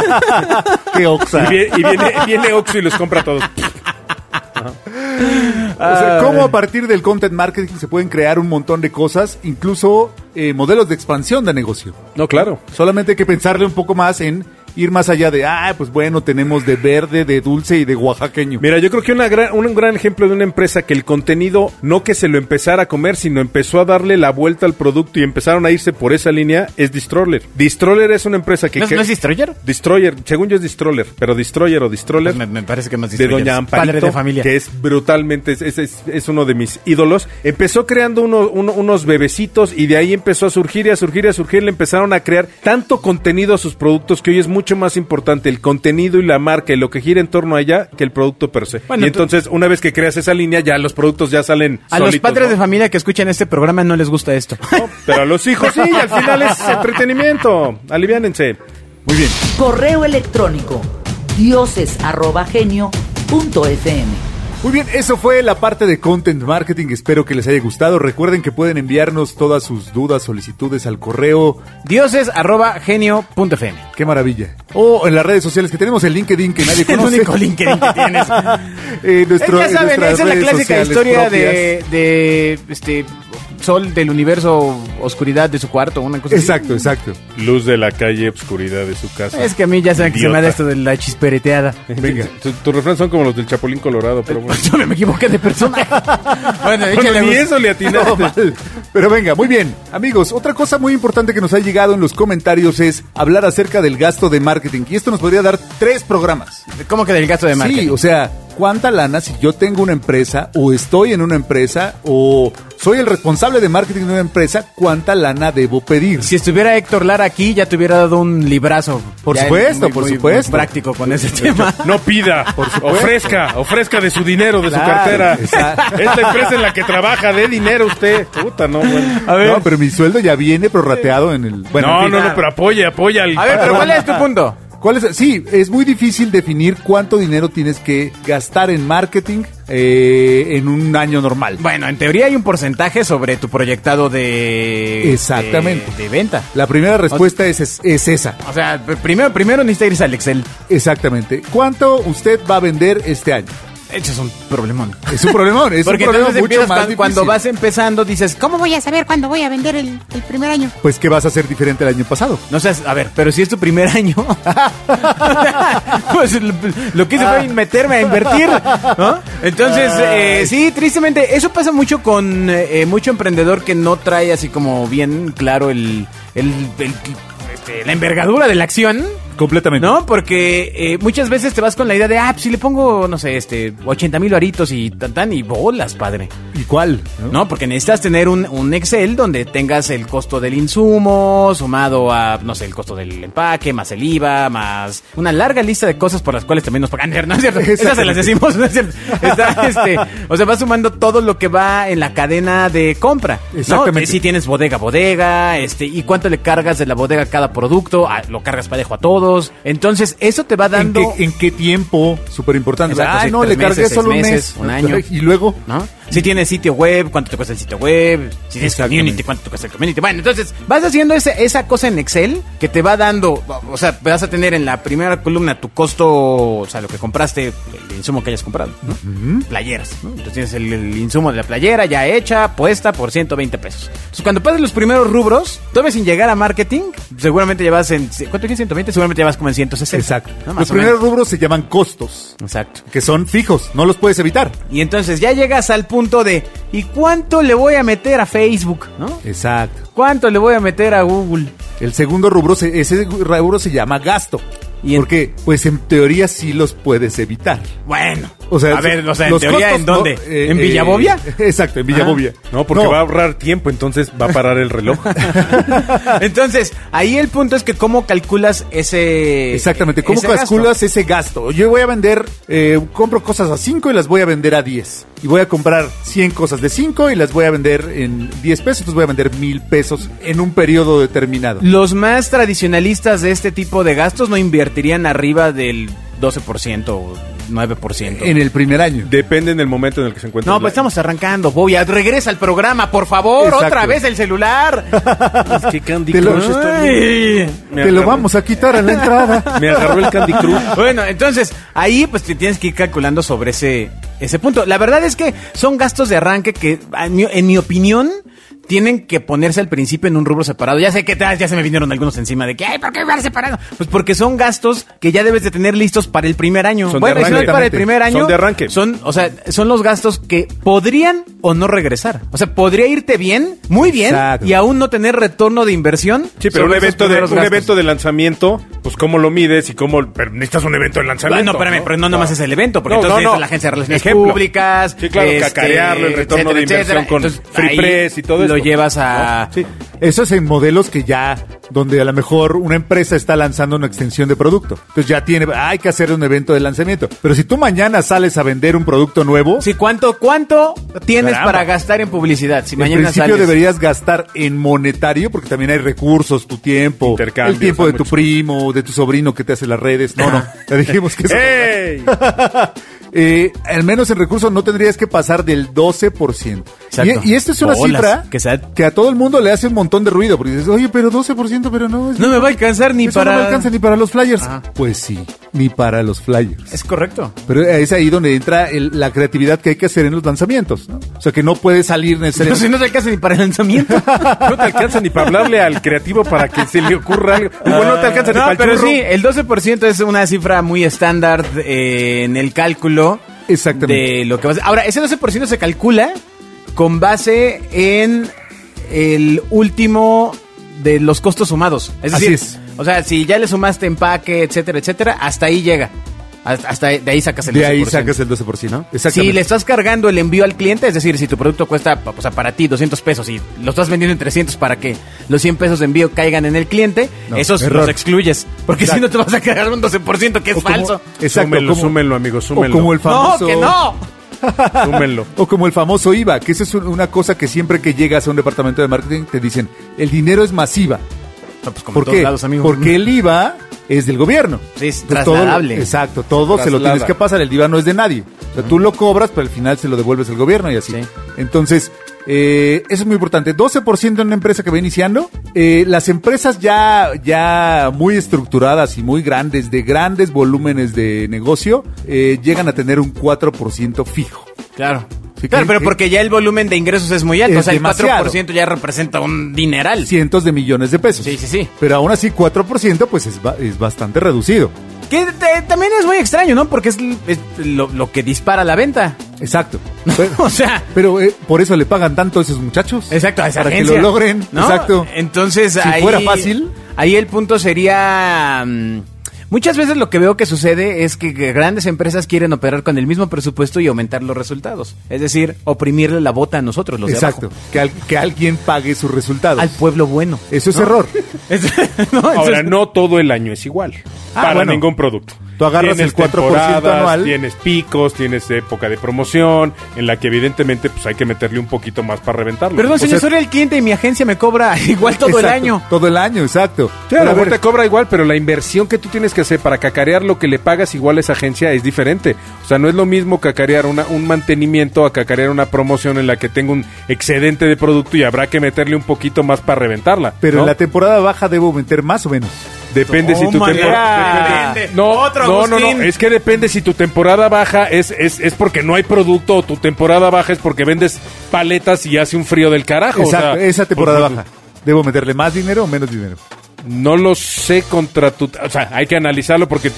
Speaker 3: Qué oxa.
Speaker 4: Y vie- y viene, viene Oxxo y los compra todos.
Speaker 3: O sea, cómo a partir del content marketing se pueden crear un montón de cosas, incluso eh, modelos de expansión de negocio.
Speaker 4: No, claro.
Speaker 3: Solamente hay que pensarle un poco más en ir más allá de, ah, pues bueno, tenemos de verde, de dulce y de oaxaqueño.
Speaker 4: Mira, yo creo que una gran- un gran ejemplo de una empresa que el contenido no que se lo empezara a comer, sino empezó a darle la vuelta al producto y empezaron a irse por esa línea es Distroller. Distroller es una empresa que...
Speaker 2: ¿No,
Speaker 4: que-
Speaker 2: es Destroyer? Pues
Speaker 4: Destroyer, según yo es Distroller, pero Destroyer o Distroller
Speaker 2: me, me parece que más
Speaker 4: de Doña Amparito,
Speaker 2: Padre de familia.
Speaker 4: que es brutalmente, es, es- es uno de mis ídolos. Empezó creando uno- uno- unos bebecitos y de ahí empezó a surgir y a surgir y a surgir. Le empezaron a crear tanto contenido a sus productos que hoy es mucho más importante el contenido y la marca y lo que gira en torno a ella que el producto per se.
Speaker 2: Bueno,
Speaker 4: y
Speaker 2: tú-
Speaker 4: entonces, una vez que creas esa línea, ya los productos ya salen
Speaker 2: A los
Speaker 4: solitos,
Speaker 2: padres
Speaker 4: ¿no?
Speaker 2: de familia que escuchan este programa no les gusta esto.
Speaker 4: No, Pero a los hijos sí, y al final es entretenimiento. Aliviánense.
Speaker 3: Muy bien.
Speaker 1: Correo electrónico dioses@genio.fm.
Speaker 3: Muy bien, eso fue la parte de content marketing. Espero que les haya gustado. Recuerden que pueden enviarnos todas sus dudas, solicitudes al correo.
Speaker 2: Dioses arroba genio punto FM.
Speaker 3: Qué maravilla. O en las redes sociales que tenemos el LinkedIn que nadie
Speaker 2: Es el
Speaker 3: conoce.
Speaker 2: único LinkedIn que tienes.
Speaker 3: Eh, nuestro-
Speaker 2: ya
Speaker 3: en
Speaker 2: saben,
Speaker 3: nuestras
Speaker 2: esa es la
Speaker 3: redes
Speaker 2: clásica
Speaker 3: sociales
Speaker 2: historia
Speaker 3: propias.
Speaker 2: de, de este sol del universo, oscuridad de su cuarto, una cosa así.
Speaker 3: Exacto, exacto.
Speaker 4: Luz de la calle, obscuridad de su casa.
Speaker 2: Es que a mí ya saben que se me
Speaker 4: Idiota.
Speaker 2: da esto de la chispereteada.
Speaker 3: Venga.
Speaker 4: Tus refranes son como los del Chapulín Colorado, pero bueno.
Speaker 2: Yo me equivoqué de persona. bueno, échale.
Speaker 4: ni
Speaker 2: Gus.
Speaker 4: eso le atinaste.
Speaker 3: No, mal. Pero venga, muy bien. Amigos, otra cosa muy importante que nos ha llegado en los comentarios es hablar acerca del gasto de marketing. Y esto nos podría dar tres programas.
Speaker 2: ¿Cómo que del gasto de marketing?
Speaker 3: Sí, o sea, ¿cuánta lana si yo tengo una empresa o estoy en una empresa o soy el responsable de marketing de una empresa? ¿Cuánta lana debo pedir?
Speaker 2: Si estuviera Héctor Lara aquí, ya te hubiera dado un librazo.
Speaker 3: Por
Speaker 2: Ya
Speaker 3: supuesto, por supuesto.
Speaker 2: práctico con ese tema.
Speaker 4: No pida, ofrezca, ofrezca de su dinero, de
Speaker 3: Claro,
Speaker 4: su cartera.
Speaker 3: exacto.
Speaker 4: Es la empresa en la que trabaja, de dinero usted. Puta, no, bueno.
Speaker 2: A ver,
Speaker 3: No, pero mi sueldo ya viene prorrateado en el... Bueno,
Speaker 4: no,
Speaker 3: en fin.
Speaker 4: no, no, pero apoya, apoya al.
Speaker 2: a ver, pero ¿cuál es tu punto?
Speaker 3: ¿Cuál es? Sí, es muy difícil definir cuánto dinero tienes que gastar en marketing eh, en un año normal.
Speaker 2: Bueno, en teoría hay un porcentaje sobre tu proyectado de...
Speaker 3: Exactamente.
Speaker 2: De, de venta.
Speaker 3: La primera respuesta es, es, es esa.
Speaker 2: O sea, pr- primero, primero necesita irse al Excel.
Speaker 3: Exactamente. ¿Cuánto usted va a vender este año?
Speaker 2: Eso es un problemón.
Speaker 3: Es un problemón, es
Speaker 2: Porque
Speaker 3: un problema
Speaker 2: entonces
Speaker 3: mucho
Speaker 2: empiezas
Speaker 3: más
Speaker 2: cuan- cuando
Speaker 3: difícil.
Speaker 2: vas empezando dices, ¿cómo?
Speaker 5: ¿Cómo voy a saber cuándo voy a vender el, el primer año?
Speaker 3: Pues, ¿qué vas a hacer diferente al año pasado?
Speaker 2: No seas, a ver, pero si es tu primer año. pues lo, lo que hice fue
Speaker 3: Ah.
Speaker 2: meterme a invertir. ¿no? Entonces, eh, sí, tristemente, eso pasa mucho con eh, mucho emprendedor que no trae así como bien claro el, el- el- este, la envergadura de la acción.
Speaker 3: Completamente.
Speaker 2: ¿No? Porque eh, muchas veces te vas con la idea de, ah, pues si le pongo, no sé, este, 80 mil aritos y tan, tan, y bolas, padre.
Speaker 3: ¿Y cuál? ¿No?
Speaker 2: No, porque necesitas tener un, un Excel donde tengas el costo del insumo, sumado a, no sé, el costo del empaque, más el IVA, más una larga lista de cosas por las cuales también nos pagan. No es cierto, esas se las decimos, no es cierto. Está, este, o sea, vas sumando todo lo que va en la cadena de compra. ¿no?
Speaker 3: Exactamente.
Speaker 2: Si tienes bodega, bodega, este, y cuánto le cargas de la bodega a cada producto, ah, lo cargas parejo a todos. Entonces, eso te va
Speaker 3: ¿En
Speaker 2: dando...
Speaker 3: qué, en qué tiempo? Súper importante.
Speaker 2: Exacto,
Speaker 3: Ah,
Speaker 2: sí,
Speaker 3: no,
Speaker 2: tres
Speaker 3: le cargué
Speaker 2: meses,
Speaker 3: solo un
Speaker 2: seis
Speaker 3: mes.
Speaker 2: meses, un año.
Speaker 3: Y luego,
Speaker 2: ¿no? Si tienes sitio web, cuánto te cuesta el sitio web, si tienes
Speaker 3: Exactamente.
Speaker 2: community, cuánto te cuesta el community. Bueno, entonces vas haciendo ese- esa cosa en Excel que te va dando, o sea, vas a tener en la primera columna tu costo, o sea, lo que compraste, el insumo que hayas comprado, ¿no? Playeras, ¿no? Entonces tienes el, el insumo de la playera ya hecha, puesta por 120 pesos. Entonces cuando pases los primeros rubros, todavía sin llegar a marketing, seguramente llevas en, ¿cuánto tienes? 120, seguramente llevas como en 160.
Speaker 3: exacto.
Speaker 2: ¿no? Más
Speaker 3: Los
Speaker 2: o menos.
Speaker 3: primeros rubros se llaman costos,
Speaker 2: Exacto.
Speaker 3: que son fijos, no los puedes evitar.
Speaker 2: Y entonces ya llegas al punto de ¿y cuánto le voy a meter a Facebook? ¿No?
Speaker 3: Exacto.
Speaker 2: ¿Cuánto le voy a meter a Google?
Speaker 3: El segundo rubro, se- ese rubro se llama gasto.
Speaker 2: Y en-
Speaker 3: Porque, pues en teoría sí los puedes evitar.
Speaker 2: Bueno.
Speaker 3: O sea,
Speaker 2: a ver, o sea, en
Speaker 3: los
Speaker 2: teoría,
Speaker 3: costos
Speaker 2: ¿en dónde?
Speaker 3: no- eh,
Speaker 2: ¿En Ah,
Speaker 3: eh,
Speaker 2: Villabobia?
Speaker 3: exacto, en eh, Villabobia.
Speaker 4: No, porque va a ahorrar tiempo, entonces va a parar el reloj.
Speaker 2: entonces, ahí el punto es que cómo calculas ese...
Speaker 3: Exactamente, ¿cómo
Speaker 2: ese gasto?
Speaker 3: calculas ese gasto? Yo voy a vender, eh, compro cosas a 5 y las voy a vender a 10. Y voy a comprar 100 cosas de 5 y las voy a vender en 10 pesos, entonces voy a vender 1000 pesos en un periodo determinado.
Speaker 2: Los más tradicionalistas de este tipo de gastos no invertirían arriba del 12% o 9%.
Speaker 3: En el primer año.
Speaker 4: Depende en el momento en el que se encuentre.
Speaker 2: No,
Speaker 4: la-
Speaker 2: pues estamos arrancando, Bobia. Regresa al programa, por favor.
Speaker 3: Exacto.
Speaker 2: Otra vez el celular.
Speaker 4: Es que Candy
Speaker 3: Te lo-
Speaker 4: Crush está bien. Me
Speaker 3: Te lo
Speaker 4: agarró-
Speaker 3: vamos a quitar a la entrada.
Speaker 4: Me agarró el Candy Crush.
Speaker 2: Bueno, entonces ahí pues te tienes que ir calculando sobre ese, ese punto. La verdad es que son gastos de arranque que, a mi- en mi opinión, tienen que ponerse al principio en un rubro separado. Ya sé que tal, ya se me vinieron algunos encima de que, ay, ¿por qué me separado? Pues porque son gastos que ya debes de tener listos para el primer año.
Speaker 4: Son de
Speaker 2: bueno, y si no
Speaker 4: arranque.
Speaker 2: es para el primer año.
Speaker 4: Son de arranque.
Speaker 2: Son, o sea, son los gastos que podrían o no regresar. O sea, podría irte bien, muy bien,
Speaker 4: Exacto.
Speaker 2: y aún no tener retorno de inversión.
Speaker 4: Sí, pero
Speaker 2: sobre
Speaker 4: un
Speaker 2: esos
Speaker 4: evento, de,
Speaker 2: primeros
Speaker 4: un
Speaker 2: gastos.
Speaker 4: evento de lanzamiento, pues cómo lo mides y cómo... Pero necesitas un evento de lanzamiento. Ah.
Speaker 2: Bueno, espérame, pero no nomás es el evento, porque
Speaker 4: No,
Speaker 2: entonces
Speaker 4: no, no.
Speaker 2: es la agencia de relaciones
Speaker 4: Ejemplo.
Speaker 2: públicas. este,
Speaker 4: Sí, claro, cacarearlo, el retorno de inversión con Free
Speaker 2: ahí
Speaker 4: Press y todo
Speaker 2: Lo
Speaker 4: esto.
Speaker 2: llevas a.
Speaker 4: Sí.
Speaker 3: Eso es en modelos que ya, donde a lo mejor una empresa está lanzando una extensión de producto. Entonces ya tiene, hay que hacer un evento de lanzamiento. Pero si tú mañana sales a vender un producto nuevo,
Speaker 2: Sí, ¿cuánto, cuánto tienes
Speaker 3: Caramba.
Speaker 2: para gastar en publicidad? Si
Speaker 3: en
Speaker 2: mañana
Speaker 3: principio
Speaker 2: sales.
Speaker 3: deberías gastar en monetario, porque también hay recursos, tu tiempo,
Speaker 4: Intercambios,
Speaker 3: el tiempo
Speaker 4: hay
Speaker 3: de tu
Speaker 4: mucho.
Speaker 3: primo, de tu sobrino que te hace las redes. No, no, ya dijimos que eso.
Speaker 4: ¡Ey!
Speaker 3: Eh, al menos en recursos no tendrías que pasar del 12%.
Speaker 2: Exacto.
Speaker 3: Y, y esta es una
Speaker 2: Bolas,
Speaker 3: cifra
Speaker 2: que sea-
Speaker 3: que a todo el mundo le hace un montón de ruido, porque dices, oye, pero 12%, pero no. es
Speaker 2: No me va a alcanzar ni
Speaker 3: Eso
Speaker 2: para.
Speaker 3: no me alcanza ni para los flyers.
Speaker 2: Ah.
Speaker 3: Pues sí, ni para los flyers.
Speaker 2: Es correcto.
Speaker 3: Pero es ahí donde entra el- la creatividad que hay que hacer en los lanzamientos. ¿no? O sea, que no puede salir
Speaker 2: Pero si
Speaker 3: necesariamente.
Speaker 2: no te alcanza ni para el lanzamiento.
Speaker 4: No te alcanza ni para hablarle al creativo para que se le ocurra algo. Bueno, no te alcanza ni
Speaker 2: Ah. No,
Speaker 4: para el
Speaker 2: pero
Speaker 4: churro.
Speaker 2: sí, el 12% es una cifra muy estándar eh, en el cálculo
Speaker 3: Exactamente.
Speaker 2: de lo que vas a... Ahora, ese 12% se calcula con base en el último de los costos sumados. Es
Speaker 3: Así
Speaker 2: decir,
Speaker 3: es.
Speaker 2: o sea, si ya le sumaste empaque, etcétera, etcétera, hasta ahí llega. Hasta, hasta de ahí sacas el
Speaker 3: De ahí
Speaker 2: 12%.
Speaker 3: sacas el 12%. Exactamente.
Speaker 2: Si le estás cargando el envío al cliente, es decir, si tu producto cuesta o sea, para ti 200 pesos y lo estás vendiendo en 300 para que los 100 pesos de envío caigan en el cliente,
Speaker 3: No,
Speaker 2: esos
Speaker 3: error.
Speaker 2: los excluyes. Porque si
Speaker 3: Exacto.
Speaker 2: no te vas a cargar un 12% que es
Speaker 3: O como-
Speaker 2: falso.
Speaker 3: Exacto.
Speaker 4: Súmenlo,
Speaker 3: como-
Speaker 4: súmenlo, amigos,
Speaker 3: o
Speaker 4: súmenlo.
Speaker 3: como el famoso.
Speaker 2: No, que no.
Speaker 4: Súmenlo.
Speaker 3: O como el famoso IVA, que esa es un- una cosa que siempre que llegas a un departamento de marketing te dicen, el dinero es masiva.
Speaker 2: No, pues como en
Speaker 3: ¿Por
Speaker 2: todos
Speaker 3: qué?
Speaker 2: lados, amigo.
Speaker 3: Porque el IVA es del gobierno.
Speaker 2: Sí, es
Speaker 3: Entonces, todo lo-
Speaker 2: trasladable.
Speaker 3: exacto, todo se lo
Speaker 4: Traslada.
Speaker 3: tienes que pasar. El IVA no es de nadie. O sea, tú lo cobras, pero al final se lo devuelves al gobierno y así.
Speaker 2: Sí.
Speaker 3: Entonces, eh, eso es muy importante. 12% en una empresa que va iniciando. Eh, las empresas ya, ya muy estructuradas y muy grandes, de grandes volúmenes de negocio, eh, llegan a tener un 4% fijo.
Speaker 2: Claro.
Speaker 3: Sí,
Speaker 2: claro,
Speaker 3: que-
Speaker 2: pero
Speaker 3: que-
Speaker 2: porque ya el volumen de ingresos es muy alto.
Speaker 3: Es
Speaker 2: o sea, el
Speaker 3: demasiado.
Speaker 2: 4% ya representa un dineral.
Speaker 3: cientos de millones de pesos.
Speaker 2: Sí, sí, sí.
Speaker 3: Pero aún así 4% pues es, ba- es bastante reducido.
Speaker 2: Que eh, también es muy extraño, ¿no? Porque es, l- es lo, lo que dispara la venta.
Speaker 3: Exacto. Pero,
Speaker 2: O sea,
Speaker 3: pero, eh, por eso le pagan tanto a esos muchachos.
Speaker 2: Exacto, a esa
Speaker 3: Para
Speaker 2: agencia.
Speaker 3: que lo logren.
Speaker 2: ¿No?
Speaker 3: Exacto.
Speaker 2: Entonces,
Speaker 3: Si
Speaker 2: ahí,
Speaker 3: fuera fácil.
Speaker 2: Ahí el punto sería. mm, Muchas veces lo que veo que sucede es que grandes empresas quieren operar con el mismo presupuesto y aumentar los resultados. Es decir, oprimirle la bota a nosotros, los de
Speaker 3: Exacto.
Speaker 2: abajo.
Speaker 3: Que, al- que alguien pague sus resultados.
Speaker 2: Al pueblo bueno.
Speaker 3: eso es error.
Speaker 2: Es- ¿no?
Speaker 4: Ahora,
Speaker 2: Entonces-
Speaker 4: no todo el año es igual.
Speaker 3: Ah,
Speaker 4: para
Speaker 3: bueno.
Speaker 4: ningún producto.
Speaker 3: Tú agarras el 4%
Speaker 4: temporadas,
Speaker 3: anual.
Speaker 4: Tienes picos, tienes época de promoción, en la que evidentemente pues hay que meterle un poquito más para reventarlo.
Speaker 2: Perdón,
Speaker 4: O sea,
Speaker 2: señor, soy el cliente y mi agencia me cobra igual todo el
Speaker 3: Exacto,
Speaker 2: año.
Speaker 3: Todo el año, exacto.
Speaker 4: Claro,
Speaker 3: Pero
Speaker 4: a
Speaker 3: a
Speaker 4: lo mejor
Speaker 3: ver,
Speaker 4: te cobra igual, pero la inversión que tú tienes que hacer para cacarear lo que le pagas igual a esa agencia es diferente. O sea, no es lo mismo cacarear una, un mantenimiento a cacarear una promoción en la que tengo un excedente de producto y habrá que meterle un poquito más para reventarla.
Speaker 3: pero
Speaker 4: ¿no?
Speaker 3: en la temporada baja debo meter más o menos.
Speaker 4: Depende si tu
Speaker 2: Tómala.
Speaker 4: temporada.
Speaker 2: Depende.
Speaker 4: No,
Speaker 2: Otro,
Speaker 4: no, no,
Speaker 2: Agustín.
Speaker 4: no. Es que depende si tu temporada baja es, es, es porque no hay producto o tu temporada baja es porque vendes paletas y hace un frío del
Speaker 2: Ah,
Speaker 4: carajo. o sea,
Speaker 3: Exacto, esa temporada
Speaker 4: pues,
Speaker 3: baja. ¿Debo meterle más dinero o menos dinero?
Speaker 4: No lo sé contra tu. O sea, hay que analizarlo porque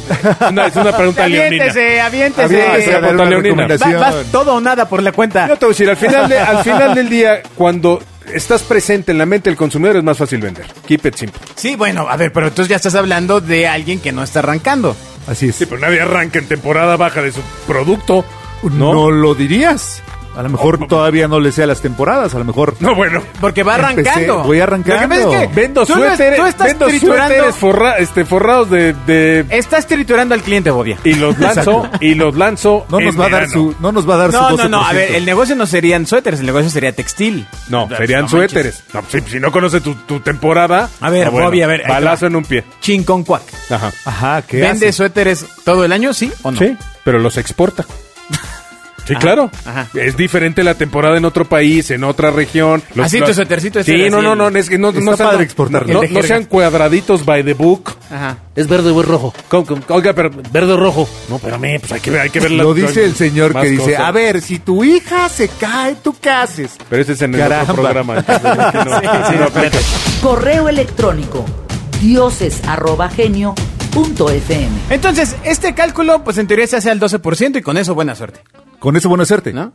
Speaker 4: una- es una pregunta leonina.
Speaker 2: Aviéntese, aviéntese.
Speaker 3: Habría que
Speaker 4: esa
Speaker 3: dar una
Speaker 4: Leonina.
Speaker 3: recomendación.
Speaker 2: Va- vas todo o nada por la cuenta.
Speaker 4: Yo te voy a decir, al final, de- al final del día, cuando estás presente en la mente del consumidor, es más fácil vender. Keep it simple.
Speaker 2: Sí, bueno, a ver, pero entonces ya estás hablando de alguien que no está arrancando.
Speaker 3: Así es.
Speaker 4: Sí, pero nadie arranca en temporada baja de su producto.
Speaker 3: ¿No?
Speaker 4: No.
Speaker 3: lo dirías. A lo mejor todavía no le sea las temporadas, a lo mejor.
Speaker 4: No, bueno.
Speaker 2: Porque va
Speaker 3: Empecé,
Speaker 2: arrancando.
Speaker 3: voy arrancando.
Speaker 2: Lo que pasa es que
Speaker 4: Vendo
Speaker 2: tú lo-
Speaker 4: suéteres,
Speaker 2: tú estás
Speaker 4: vendo
Speaker 2: triturando,
Speaker 4: suéteres forra- este, forrados de, de-
Speaker 2: estás triturando al cliente, Bobia.
Speaker 4: Y los lanzo, y los lanzo
Speaker 3: No nos
Speaker 4: en
Speaker 3: va a dar
Speaker 4: verano.
Speaker 3: su, no nos va a dar
Speaker 2: No,
Speaker 3: su
Speaker 2: no,
Speaker 3: 12%.
Speaker 2: no. A ver, el negocio no serían suéteres, el negocio sería textil.
Speaker 4: No, serían
Speaker 2: no manches.
Speaker 4: suéteres. No, si, si no conoces tu, tu temporada...
Speaker 2: A ver,
Speaker 4: no, bueno,
Speaker 2: Bobby, a ver, ahí te va.
Speaker 4: Balazo en un pie.
Speaker 2: Chin con cuac.
Speaker 4: Ajá.
Speaker 3: Ajá, ¿qué
Speaker 2: ¿Vende
Speaker 3: hace?
Speaker 2: suéteres todo el año, sí o no?
Speaker 4: Sí, pero los exporta. Sí,
Speaker 2: Ajá,
Speaker 4: claro.
Speaker 2: ajá.
Speaker 4: Es diferente la temporada en otro país, en otra región. Los-
Speaker 2: Así
Speaker 4: los-
Speaker 2: tu suétercito es
Speaker 4: Sí,
Speaker 2: el-
Speaker 4: no,
Speaker 2: así
Speaker 4: no,
Speaker 2: el-
Speaker 4: no, es que no, no
Speaker 3: Está
Speaker 4: sean-
Speaker 3: padre exportarlo.
Speaker 4: no-
Speaker 3: El
Speaker 4: no sean cuadraditos by the book.
Speaker 2: Ajá.
Speaker 6: Es verde o es rojo. ¿Cómo, cómo, cómo?
Speaker 4: Oiga, pero
Speaker 6: Verde o rojo.
Speaker 4: no, espérame, pues hay que ver, hay que ver la-
Speaker 3: Lo dice el señor
Speaker 4: más
Speaker 3: que dice,
Speaker 4: cosas.
Speaker 3: a ver, si tu hija se cae, ¿tú qué haces?
Speaker 4: Pero ese es en el
Speaker 3: Caramba.
Speaker 4: otro programa. entonces, aquí no- aquí no aplica.
Speaker 1: Correo electrónico dioses@genio.fm.
Speaker 2: Entonces, este cálculo, pues en teoría se hace al 12% y con eso buena suerte.
Speaker 3: Con eso buena suerte.
Speaker 2: ¿No?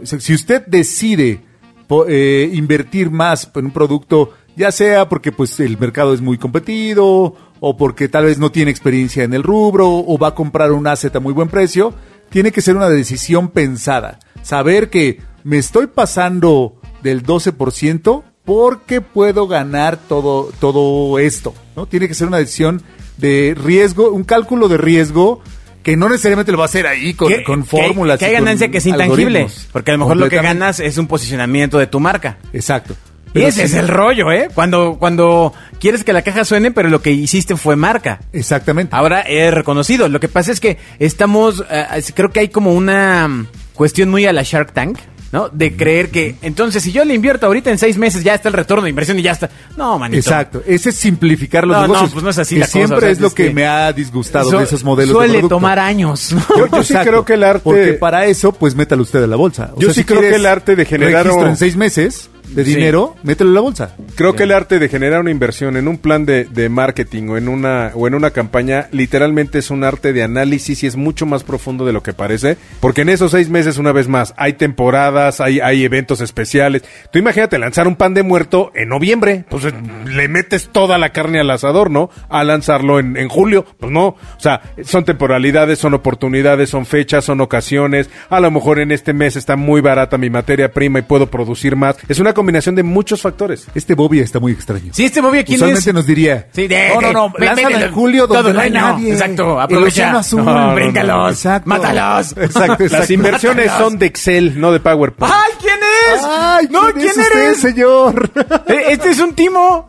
Speaker 3: O sea, Si usted decide po- eh, invertir más en un producto, ya sea porque pues el mercado es muy competido o porque tal vez no tiene experiencia en el rubro o va a comprar un asset a muy buen precio, tiene que ser una decisión pensada. Saber que me estoy pasando del 12% porque puedo ganar todo, todo esto. ¿no? Tiene que ser una decisión de riesgo, un cálculo de riesgo que no necesariamente lo va a hacer ahí con,
Speaker 2: Que-
Speaker 3: con
Speaker 2: que-
Speaker 3: fórmulas.
Speaker 2: Que
Speaker 3: y
Speaker 2: hay
Speaker 3: con
Speaker 2: ganancia que es intangible.
Speaker 3: algoritmos.
Speaker 2: Porque a lo mejor lo que
Speaker 3: Completamente.
Speaker 2: ganas es un posicionamiento de tu marca.
Speaker 3: Exacto.
Speaker 2: y
Speaker 3: Pero
Speaker 2: ese
Speaker 3: sí-
Speaker 2: es el rollo, ¿eh? Cuando, cuando quieres que la caja suene, pero lo que hiciste fue marca.
Speaker 3: Exactamente.
Speaker 2: Ahora es reconocido. Lo que pasa es que estamos, eh, creo que hay como una mm, cuestión muy a la Shark Tank, ¿no?
Speaker 3: Mm.
Speaker 2: De creer que, entonces, si yo le invierto ahorita en seis meses, ya está el retorno de inversión y ya está. No, manito.
Speaker 3: Exacto. Ese es simplificar los
Speaker 2: No, no,
Speaker 3: negocios.
Speaker 2: pues no es así
Speaker 3: que
Speaker 2: la cosa,
Speaker 3: siempre
Speaker 2: o sea,
Speaker 3: es lo
Speaker 2: este,
Speaker 3: que me ha disgustado
Speaker 2: Su-
Speaker 3: de esos modelos
Speaker 2: Suele
Speaker 3: de producto.
Speaker 2: tomar años, ¿no?
Speaker 4: Yo- yo sí creo que el arte-
Speaker 3: Porque para eso, pues métalo usted a la bolsa. O
Speaker 4: Yo
Speaker 3: sea,
Speaker 4: sí
Speaker 3: si
Speaker 4: creo que
Speaker 3: quieres
Speaker 4: el arte de generar
Speaker 3: registro
Speaker 4: un-
Speaker 3: en seis meses de
Speaker 2: Sí.
Speaker 3: dinero, mételo a la bolsa.
Speaker 4: Creo que el arte de generar una inversión en un plan de, de marketing o en una o en una campaña literalmente es un arte de análisis y es mucho más profundo de lo que parece, porque en esos seis meses una vez más hay temporadas, hay, hay eventos especiales. Tú imagínate lanzar un pan de muerto en noviembre, pues eh, le metes toda la carne al asador, ¿no? A lanzarlo en, en julio, pues no. O sea, son temporalidades, son oportunidades, son fechas, son ocasiones. A lo mejor en este mes está muy barata mi materia prima y puedo producir más. Es una combinación de muchos factores.
Speaker 3: Este Bobby está muy extraño.
Speaker 2: Si este movie aquí no es...
Speaker 3: Usualmente nos diría, "Oh,
Speaker 2: Sí, de-
Speaker 3: no, no, no,
Speaker 2: de-
Speaker 3: lánzalo
Speaker 2: mételo
Speaker 3: en julio
Speaker 2: todo
Speaker 3: donde
Speaker 2: el
Speaker 3: no hay
Speaker 2: año.
Speaker 3: nadie.
Speaker 2: Exacto,
Speaker 3: El
Speaker 2: aprovecha.
Speaker 3: océano azul.
Speaker 2: No, bríncalos,
Speaker 3: Exacto.
Speaker 2: mátalos.
Speaker 3: Exacto,
Speaker 4: Las
Speaker 3: exacto.
Speaker 4: inversiones
Speaker 2: Mátalos.
Speaker 4: son de Excel, no de PowerPoint.
Speaker 2: ¡Ay, quién es!
Speaker 3: Ay,
Speaker 2: no,
Speaker 3: ¿quién,
Speaker 2: ¿quién,
Speaker 3: es usted,
Speaker 2: eres?
Speaker 3: señor?
Speaker 2: Eh, Este es un timo.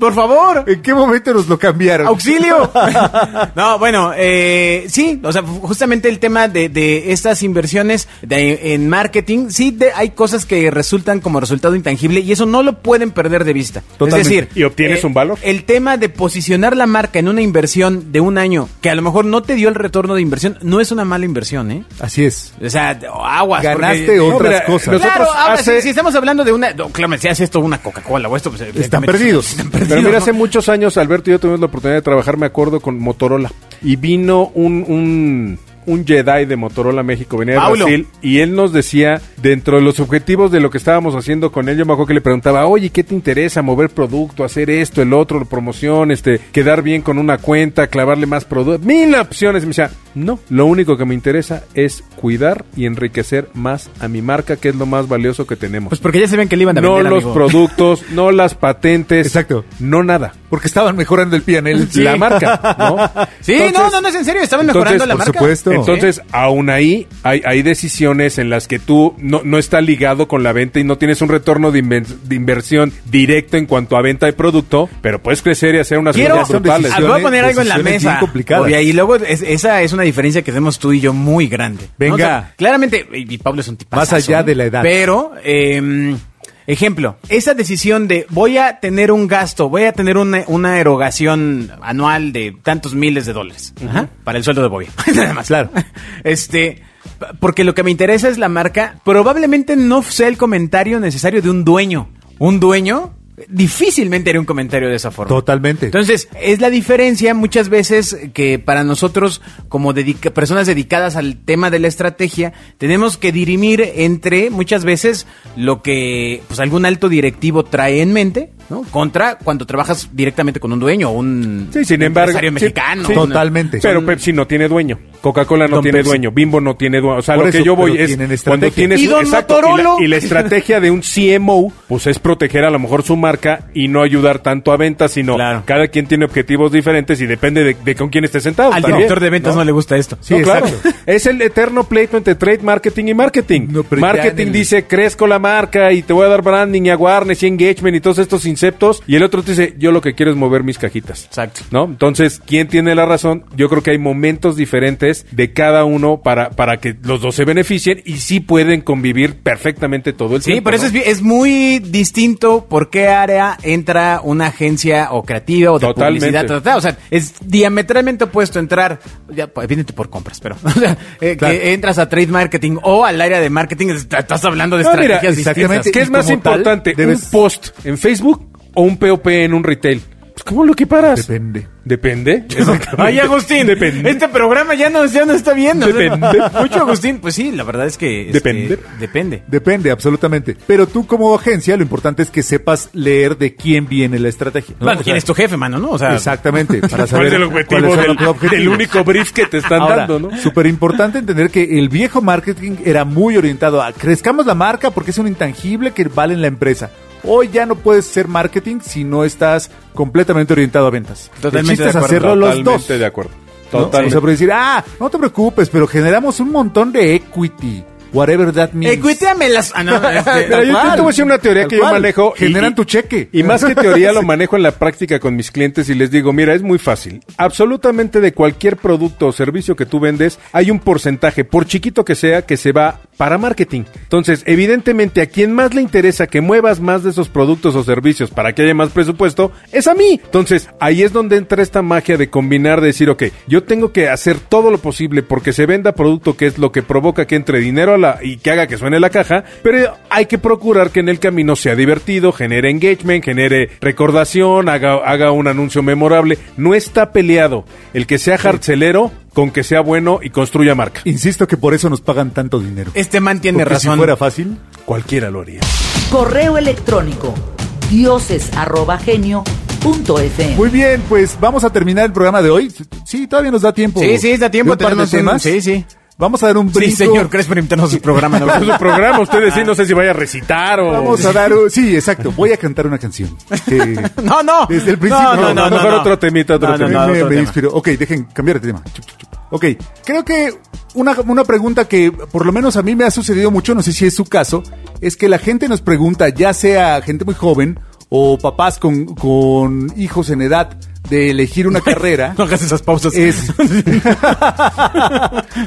Speaker 2: Por favor.
Speaker 3: ¿En qué momento nos lo cambiaron?
Speaker 2: ¡Auxilio! no, bueno, eh, sí, o sea, justamente el tema de, de estas inversiones de- en marketing, sí de- hay cosas que resultan como resultado intangible y eso no lo pueden perder de vista.
Speaker 3: Totalmente.
Speaker 2: Es decir, eh,
Speaker 4: ¿Y obtienes un valor?
Speaker 2: El tema de posicionar la marca en una inversión de un año que a lo mejor no te dio el retorno de inversión, no es una mala inversión, ¿eh?
Speaker 3: Así es.
Speaker 2: O sea, aguas.
Speaker 3: Ganaste
Speaker 2: porque-
Speaker 3: otras
Speaker 2: mira,
Speaker 3: cosas.
Speaker 2: Claro,
Speaker 4: Nosotros
Speaker 2: ahora,
Speaker 4: hace-
Speaker 2: si, si estamos hablando de una... no, claro, si haces esto una Coca-Cola o esto... Pues,
Speaker 3: Están
Speaker 2: evidentemente-
Speaker 3: perdidos.
Speaker 4: Pero mira, hace muchos años Alberto y yo tuvimos la oportunidad de trabajar, me acuerdo, con Motorola. Y vino un, un, un Jedi de Motorola a México, venía de
Speaker 2: Paulo.
Speaker 4: Brasil, y él nos decía, dentro de los objetivos de lo que estábamos haciendo con él, yo me acuerdo que le preguntaba, oye, ¿qué te interesa? Mover producto, hacer esto, el otro, promoción, este, quedar bien con una cuenta, clavarle más producto, mil opciones. Y me decía, no, lo único que me interesa es cuidar y enriquecer más a mi marca, que es lo más valioso que tenemos.
Speaker 2: Pues porque ya se ven que le iban a
Speaker 4: no
Speaker 2: vender,
Speaker 4: los
Speaker 2: amigo.
Speaker 4: productos, no las patentes.
Speaker 3: Exacto.
Speaker 4: No nada.
Speaker 3: Porque estaban mejorando el PNL.
Speaker 4: La marca, ¿no?
Speaker 2: Sí, no, no, no es en serio, estaban
Speaker 4: entonces,
Speaker 2: mejorando la
Speaker 4: por
Speaker 2: marca.
Speaker 3: supuesto.
Speaker 4: Entonces, aún ahí hay, hay decisiones en las que tú no, no está ligado con la venta y no tienes un retorno de, inven- de inversión directo en cuanto a venta de producto, pero puedes crecer y hacer unas
Speaker 2: Quiero
Speaker 4: cosas brutales.
Speaker 2: ah, voy a poner algo en la
Speaker 3: Decisiones
Speaker 2: mesa.
Speaker 3: bien complicadas.
Speaker 2: Obvia, y luego es- esa es una diferencia que tenemos tú y yo muy grande. ¿no?
Speaker 3: Venga.
Speaker 2: O sea, claramente, y y Pablo es un tipazo.
Speaker 3: Más allá de la edad.
Speaker 2: Pero, eh, ejemplo, esa decisión de voy a tener un gasto, voy a tener una, una erogación anual de tantos miles de dólares Ajá. para el sueldo de Bobby. Nada más. Claro. Este. Porque lo que me interesa es la marca. Probablemente no sea el comentario necesario de un dueño. Un dueño difícilmente haría un comentario de esa forma.
Speaker 3: Totalmente.
Speaker 2: Entonces, es la diferencia muchas veces que para nosotros, como dedica- personas dedicadas al tema de la estrategia, tenemos que dirimir entre muchas veces lo que pues algún alto directivo trae en mente, ¿no? Contra cuando trabajas directamente con un dueño o un
Speaker 4: Sí, sin
Speaker 2: un
Speaker 4: embargo,
Speaker 2: empresario
Speaker 4: sí,
Speaker 2: mexicano.
Speaker 4: sí.
Speaker 2: ¿no?
Speaker 3: Totalmente.
Speaker 4: Pero Pepsi no tiene dueño, Coca-Cola no
Speaker 3: Don
Speaker 4: tiene
Speaker 3: Pepsi.
Speaker 4: dueño, Bimbo no tiene dueño. O sea,
Speaker 3: Por
Speaker 4: lo que
Speaker 3: eso,
Speaker 4: yo voy
Speaker 3: pero
Speaker 4: es
Speaker 3: tienen estrategia.
Speaker 4: cuando tienes
Speaker 2: Y
Speaker 4: un-
Speaker 2: Don
Speaker 4: y, la,
Speaker 2: Motorolo.
Speaker 4: y la estrategia de un CMO pues es proteger a lo mejor su marca y no ayudar tanto a ventas, sino
Speaker 2: Claro.
Speaker 4: cada quien tiene objetivos diferentes y depende de, de con quién esté sentado.
Speaker 2: Al
Speaker 4: también,
Speaker 2: director de ventas no, le gusta esto.
Speaker 3: Sí,
Speaker 4: No, claro.
Speaker 3: exacto.
Speaker 4: Es el eterno pleito entre trade marketing y marketing.
Speaker 3: No, pero ya
Speaker 4: marketing
Speaker 3: en el-
Speaker 4: dice, crezco la marca y te voy a dar branding y awareness y engagement y todos estos inceptos. Y el otro te dice, yo lo que quiero es mover mis cajitas.
Speaker 2: Exacto.
Speaker 4: ¿No? Entonces, ¿quién tiene la razón? Yo creo que hay momentos diferentes dólares de cada uno para, para que los dos se beneficien y sí pueden convivir perfectamente todo el
Speaker 2: Sí,
Speaker 4: tiempo.
Speaker 2: por eso
Speaker 4: ¿no?
Speaker 2: es, bi- es muy distinto por qué área entra una agencia o creativa o de
Speaker 4: Totalmente.
Speaker 2: publicidad. ta, ta, ta. O sea, es diametralmente opuesto entrar, ya, pues, evidente por compras, pero o sea, eh,
Speaker 3: Claro.
Speaker 2: que entras a trade marketing o al área de marketing, est- estás hablando de
Speaker 4: No, Ah, mira,
Speaker 2: estrategias distintas.
Speaker 3: exactamente.
Speaker 4: ¿Qué
Speaker 3: y
Speaker 4: es más
Speaker 3: como tal,
Speaker 4: importante,
Speaker 3: debes-
Speaker 4: un post en Facebook o un POP en un retail? Pues, ¿Cómo lo equiparas?
Speaker 3: Depende.
Speaker 4: Depende.
Speaker 2: Ay, Agustín,
Speaker 4: Depende.
Speaker 2: este programa ya no, ya no está viendo.
Speaker 4: Depende.
Speaker 2: mucho, Agustín. Pues sí, la verdad es que... este,
Speaker 4: Depende.
Speaker 2: depende.
Speaker 3: Depende, absolutamente. Pero tú como agencia lo importante es que sepas leer de quién viene la estrategia. ¿no?
Speaker 2: Bueno,
Speaker 3: O
Speaker 2: ¿quién
Speaker 3: sea,
Speaker 2: es tu jefe, mano? ¿no? O sea,
Speaker 3: Exactamente, para
Speaker 4: ¿Cuál
Speaker 3: saber
Speaker 4: es el objetivo
Speaker 3: cuáles son
Speaker 4: del,
Speaker 3: los objetivos.
Speaker 4: del único brief que te están
Speaker 2: Ahora,
Speaker 4: dando, no?
Speaker 3: Súper importante entender que el viejo marketing era muy orientado a crezcamos la marca porque es un intangible que vale en la empresa. Hoy ya no puedes ser marketing si no estás completamente orientado a ventas. el
Speaker 2: Totalmente
Speaker 3: chiste
Speaker 2: de
Speaker 3: es
Speaker 2: acuerdo,
Speaker 3: hacerlo los dos.
Speaker 4: Totalmente de acuerdo.
Speaker 3: ¿no? O
Speaker 4: Totalmente.
Speaker 3: sea, pero decir, ah, no te preocupes, pero generamos un montón de equity. Whatever that means.
Speaker 2: Ecuiteame Eh, las... Ah, no, este,
Speaker 4: Mira, yo, yo te voy a decir una teoría
Speaker 3: Tal
Speaker 4: que yo
Speaker 3: cual.
Speaker 4: manejo. y-
Speaker 3: Generan
Speaker 4: y-
Speaker 3: tu cheque.
Speaker 4: Y más que teoría, lo manejo en la práctica con mis clientes y les digo, mira, es muy fácil. Absolutamente de cualquier producto o servicio que tú vendes, hay un porcentaje, por chiquito que sea, que se va para marketing. Entonces, evidentemente, a quien más le interesa que muevas más de esos productos o servicios para que haya más presupuesto, es a mí. Entonces, ahí es donde entra esta magia de combinar, de decir, ok, yo tengo que hacer todo lo posible porque se venda producto que es lo que provoca que entre dinero a la, y que haga que suene la caja, pero hay que procurar que en el camino sea divertido, genere engagement, genere recordación, haga, haga un anuncio memorable. No está peleado el que sea harcelero con que sea bueno y construya marca.
Speaker 3: Insisto que por eso nos pagan tanto dinero.
Speaker 2: Este man tiene
Speaker 3: Porque
Speaker 2: razón.
Speaker 3: Si fuera fácil.
Speaker 4: Cualquiera lo haría.
Speaker 1: Correo electrónico dioses@genio.fm.
Speaker 3: Muy bien, pues vamos a terminar el programa de hoy. Sí, todavía nos da tiempo.
Speaker 2: Sí, sí, da tiempo,
Speaker 3: De un par de
Speaker 2: tenemos un- sí,
Speaker 3: temas.
Speaker 2: sí.
Speaker 3: Vamos a dar un brinco.
Speaker 2: Sí, señor, crees por invitarnos a su programa. ¿no?
Speaker 4: Es un programa, ustedes sí, no sé si vaya a recitar o...
Speaker 3: Vamos a dar un- Sí, exacto. Voy a cantar una canción. que-
Speaker 2: No, no.
Speaker 3: Desde el principio.
Speaker 2: No, no, no. no,
Speaker 4: Mejor
Speaker 2: no.
Speaker 4: otro temita, otro
Speaker 2: No, no,
Speaker 3: Me-
Speaker 4: temita.
Speaker 2: no,
Speaker 3: me-
Speaker 2: otro
Speaker 3: me
Speaker 2: tema.
Speaker 3: inspiró. Ok, dejen cambiar de tema. Chup, chup, chup. Ok, creo que una, una pregunta que por lo menos a mí me ha sucedido mucho, no sé si es su caso, es que la gente nos pregunta, ya sea gente muy joven o papás con, con hijos en edad de elegir una carrera.
Speaker 2: No hagas esas pausas.
Speaker 3: es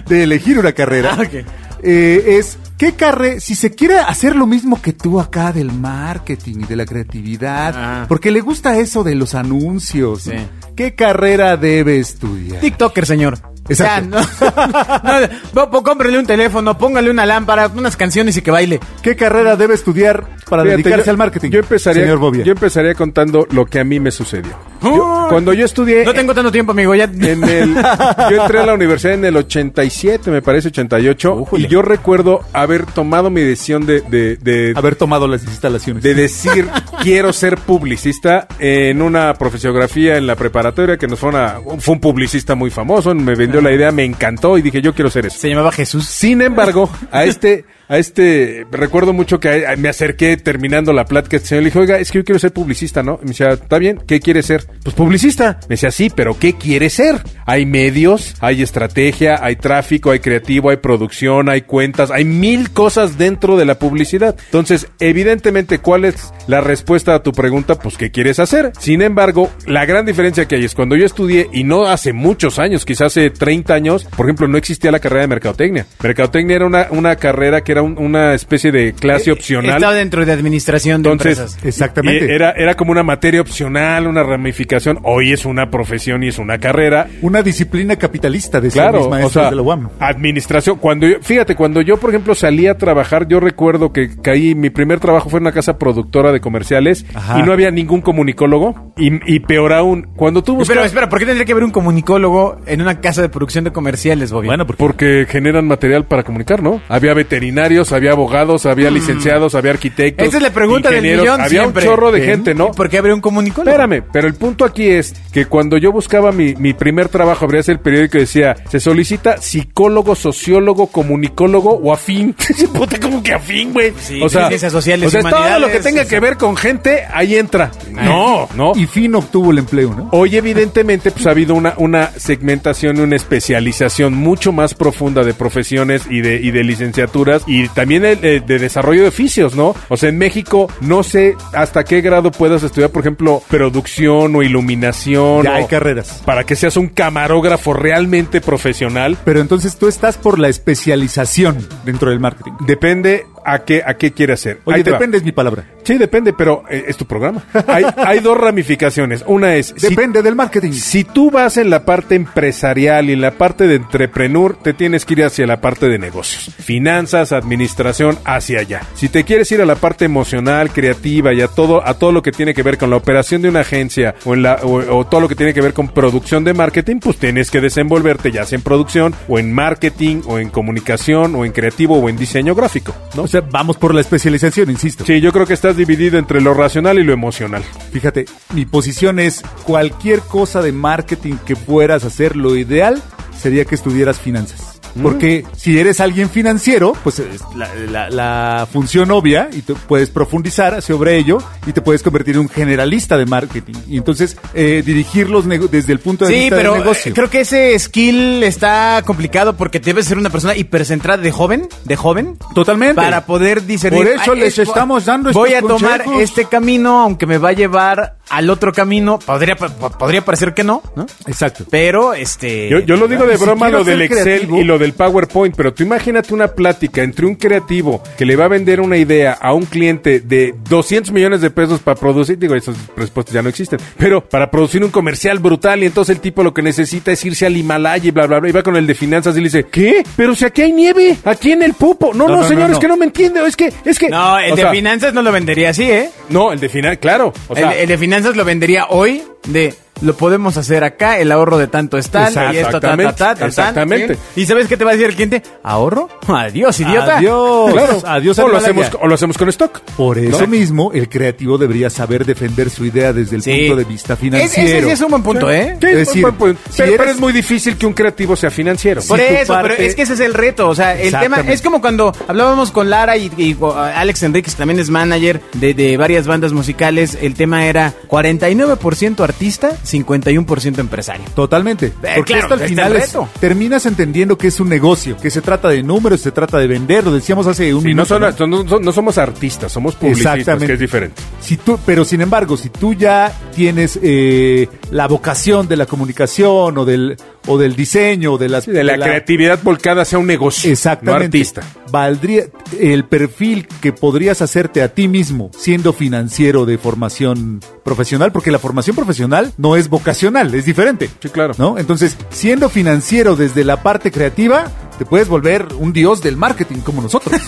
Speaker 3: de elegir una carrera.
Speaker 2: Ah, ok.
Speaker 3: eh, es qué carrera, si se quiere hacer lo mismo que tú acá del marketing y de la creatividad,
Speaker 2: Ah.
Speaker 3: porque le gusta eso de los anuncios.
Speaker 2: Sí.
Speaker 3: ¿Qué carrera debe estudiar?
Speaker 2: TikToker, señor.
Speaker 3: Exacto.
Speaker 2: O sea, no, no, no, po- cómprele un teléfono, póngale una lámpara, unas canciones y que baile.
Speaker 3: ¿Qué carrera debe estudiar para
Speaker 4: Fíjate,
Speaker 3: dedicarse
Speaker 4: yo-
Speaker 3: al marketing?
Speaker 4: Yo empezaría,
Speaker 3: señor Bobia.
Speaker 4: yo empezaría contando lo que a mí me sucedió. Yo-
Speaker 2: Ah.
Speaker 4: cuando yo estudié...
Speaker 2: No tengo tanto tiempo, amigo. Ya.
Speaker 4: Eh, en el- yo entré a la universidad en el 87, me parece, 88.
Speaker 2: Ujule.
Speaker 4: Y yo recuerdo haber tomado mi decisión de, de, de-
Speaker 3: haber tomado las instalaciones.
Speaker 4: de decir quiero ser publicista en una profesiografía en la preparatoria que nos fue, una, fue un publicista muy famoso, me vendió la idea, me encantó y dije yo quiero ser eso.
Speaker 2: Se llamaba Jesús.
Speaker 4: Sin embargo, a este, a este, recuerdo mucho que a- me acerqué terminando la plática, este señor le dije, oiga, es que yo quiero ser publicista, ¿no? Y me decía, ¿está bien? ¿Qué quiere ser? Pues publicista. Me decía, sí, pero ¿qué quiere ser? Hay medios, hay estrategia, hay tráfico, hay creativo, hay producción, hay cuentas, hay mil cosas dentro de la publicidad. Entonces, evidentemente, ¿cuál es la respuesta a tu pregunta? Pues, ¿qué quieres hacer? Sin embargo, la gran diferencia que hay es cuando yo estudié, y no hace muchos años, quizás hace 30 años, por ejemplo, no existía la carrera de mercadotecnia. Mercadotecnia era una, una carrera que era un- una especie de clase opcional.
Speaker 2: Eh, Estaba dentro de administración de
Speaker 4: Entonces,
Speaker 2: empresas.
Speaker 3: Exactamente.
Speaker 4: Y Era, era como una materia opcional, una ramificación. Hoy es una profesión y es una carrera.
Speaker 3: Una disciplina capitalista, decían mis
Speaker 4: Claro, o
Speaker 3: maestros
Speaker 4: sea,
Speaker 3: de la UAM.
Speaker 4: administración. Cuando yo, fíjate, cuando yo, por ejemplo, salí a trabajar, yo recuerdo que caí, mi primer trabajo fue en una casa productora de comerciales
Speaker 3: Ajá.
Speaker 4: y no había ningún comunicólogo. Y, y peor aún, cuando tú buscas...
Speaker 2: Pero espera, ¿por qué tendría que haber un comunicólogo en una casa de producción de comerciales, Bobby?
Speaker 3: Bueno, porque
Speaker 4: Porque generan material para comunicar, ¿no? Había veterinarios, había abogados, había licenciados, había arquitectos.
Speaker 2: Mm. Esa es la pregunta del
Speaker 4: ingenieros.
Speaker 2: millón
Speaker 4: Había
Speaker 2: siempre.
Speaker 4: un chorro de
Speaker 2: ¿Sí?
Speaker 4: gente, ¿no?
Speaker 2: ¿Por qué habría un comunicólogo?
Speaker 4: Espérame, pero el punto aquí es que cuando yo buscaba mi, mi primer trabajo, habría sido el periódico decía, se solicita psicólogo, sociólogo, comunicólogo o afín. Puta, como que afín, güey.
Speaker 2: Sí, ciencias sociales,
Speaker 4: o sea, todo lo
Speaker 2: humanidades,
Speaker 4: que tenga
Speaker 2: o sea. Ah.
Speaker 4: que ver con gente, ahí entra. No, no.
Speaker 3: Y Josefino obtuvo el empleo, ¿no?
Speaker 4: Hoy evidentemente pues ha habido una, una segmentación y una especialización mucho más profunda de profesiones y de, y de licenciaturas y también el, eh, de desarrollo de oficios, ¿no? O sea, en México no sé hasta qué grado puedas estudiar, por ejemplo, producción o iluminación.
Speaker 3: Ya
Speaker 4: o-
Speaker 3: hay carreras.
Speaker 4: Para que seas un camarógrafo realmente profesional,
Speaker 3: Pero entonces tú estás por la especialización dentro del marketing.
Speaker 4: depende a qué, a qué quieres hacer.
Speaker 3: Oye,
Speaker 4: Ahí te va.
Speaker 3: depende es mi palabra.
Speaker 4: Sí, depende, pero eh, es tu programa. Hay, hay dos ramificaciones. Una es... si-
Speaker 3: Depende del marketing.
Speaker 4: Si tú vas en la parte empresarial y en la parte de entrepreneur, te tienes que ir hacia la parte de negocios. Finanzas, administración, hacia allá. Si te quieres ir a la parte emocional, creativa y a todo, a todo lo que tiene que ver con la operación de una agencia o, en la, o, o todo lo que tiene que ver con producción de marketing, pues tienes que desenvolverte ya sea en producción o en marketing o en comunicación o en creativo o en diseño gráfico, ¿no?
Speaker 3: O sea, vamos por la especialización, insisto.
Speaker 4: Sí, yo creo que estás dividido entre lo racional y lo emocional.
Speaker 3: Fíjate, mi posición es cualquier cosa de marketing que fueras a hacer, lo ideal sería que estudiaras finanzas. Porque si eres alguien financiero, pues es la, la- la función obvia y tú puedes profundizar sobre ello y te puedes convertir en un generalista de marketing. Y entonces eh, dirigir los nego- desde el punto de
Speaker 2: Sí,
Speaker 3: vista
Speaker 2: pero
Speaker 3: del negocio.
Speaker 2: eh, creo que ese skill está complicado porque debes ser una persona hipercentrada de joven, de joven.
Speaker 3: Totalmente.
Speaker 2: Para poder discernir.
Speaker 3: Por eso
Speaker 2: "Ay,
Speaker 3: les estamos dando
Speaker 2: Voy a
Speaker 3: estos
Speaker 2: tomar
Speaker 3: consejos".
Speaker 2: este camino, aunque me va a llevar al otro camino. Podría, pa- pa- podría parecer que no, ¿no?
Speaker 3: Exacto.
Speaker 2: Pero, este...
Speaker 4: Yo, yo lo digo de
Speaker 3: Si
Speaker 4: broma
Speaker 3: quiero
Speaker 4: lo del
Speaker 3: Eh, ser
Speaker 4: Excel
Speaker 3: creativo.
Speaker 4: y lo del PowerPoint, pero tú imagínate una plática entre un creativo que le va a vender una idea a un cliente de 200 millones de pesos para producir, digo, esos presupuestos ya no existen, pero para producir un comercial brutal y entonces el tipo lo que necesita es irse al Himalaya y bla, bla, bla, y va con el de finanzas y le dice, ¿qué? Pero si aquí hay nieve, aquí en el popo.
Speaker 3: No,
Speaker 4: No, no,
Speaker 3: no, no,
Speaker 4: señores,
Speaker 3: no.
Speaker 4: que no me entiende, es que, es que...
Speaker 2: No, el
Speaker 4: O
Speaker 2: de
Speaker 4: sea,
Speaker 2: finanzas no lo vendería así, ¿eh?
Speaker 4: No, el de finanzas, claro. O sea,
Speaker 2: el, el de finanzas lo vendería hoy de lo podemos hacer acá, el ahorro de tanto es tal, y esto, ta, ta, ta, ta, ta,
Speaker 4: Exactamente.
Speaker 2: ¿sí? ¿Y sabes qué te va a decir el cliente? ¿Ahorro? Adiós, idiota.
Speaker 3: Adiós.
Speaker 4: claro.
Speaker 3: Adiós,
Speaker 4: o, lo
Speaker 3: Himalaya.
Speaker 4: hacemos, o lo hacemos con stock.
Speaker 3: Por eso
Speaker 4: ¿no?
Speaker 3: mismo, el creativo debería saber defender su idea desde el
Speaker 2: Sí.
Speaker 3: punto de vista
Speaker 2: Ese-
Speaker 3: financiero.
Speaker 2: Ese, sí es un buen punto, ¿eh?
Speaker 4: Sí,
Speaker 3: Es
Speaker 4: pues,
Speaker 3: decir,
Speaker 4: pues, pues,
Speaker 3: si
Speaker 4: pero, pero
Speaker 3: eres-
Speaker 4: es muy difícil que un creativo sea financiero.
Speaker 2: Por
Speaker 3: Si tu
Speaker 2: eso, pero
Speaker 3: parte-
Speaker 2: es que ese es el reto. O sea, el tema
Speaker 3: Exactamente.
Speaker 2: es como cuando hablábamos con Lara y, y con Alex Enríquez, que también es manager de, de varias bandas musicales. El tema era 49% artista, 51% empresario.
Speaker 3: Totalmente. Porque
Speaker 2: claro,
Speaker 3: esto al
Speaker 2: está
Speaker 3: final
Speaker 2: el
Speaker 3: es-
Speaker 2: reto.
Speaker 3: terminas entendiendo que es un negocio, que se trata de números, se trata de vender, lo decíamos hace un
Speaker 4: Sí, no,
Speaker 3: minuto.
Speaker 4: son-
Speaker 3: ¿no?
Speaker 4: no son- no somos artistas, somos publicistas,
Speaker 3: Exactamente.
Speaker 4: que es diferente.
Speaker 3: Si tú, pero sin embargo, si tú ya tienes eh, la vocación de la comunicación o del, o del diseño o de las...
Speaker 4: De la, creatividad volcada hacia un negocio,
Speaker 3: Exactamente.
Speaker 4: no artista.
Speaker 3: Valdría el perfil que podrías hacerte a ti mismo siendo financiero de formación profesional, porque la formación profesional no es vocacional, es diferente.
Speaker 4: Sí, claro.
Speaker 3: ¿No? Entonces, siendo financiero desde la parte creativa, te puedes volver un dios del marketing como nosotros.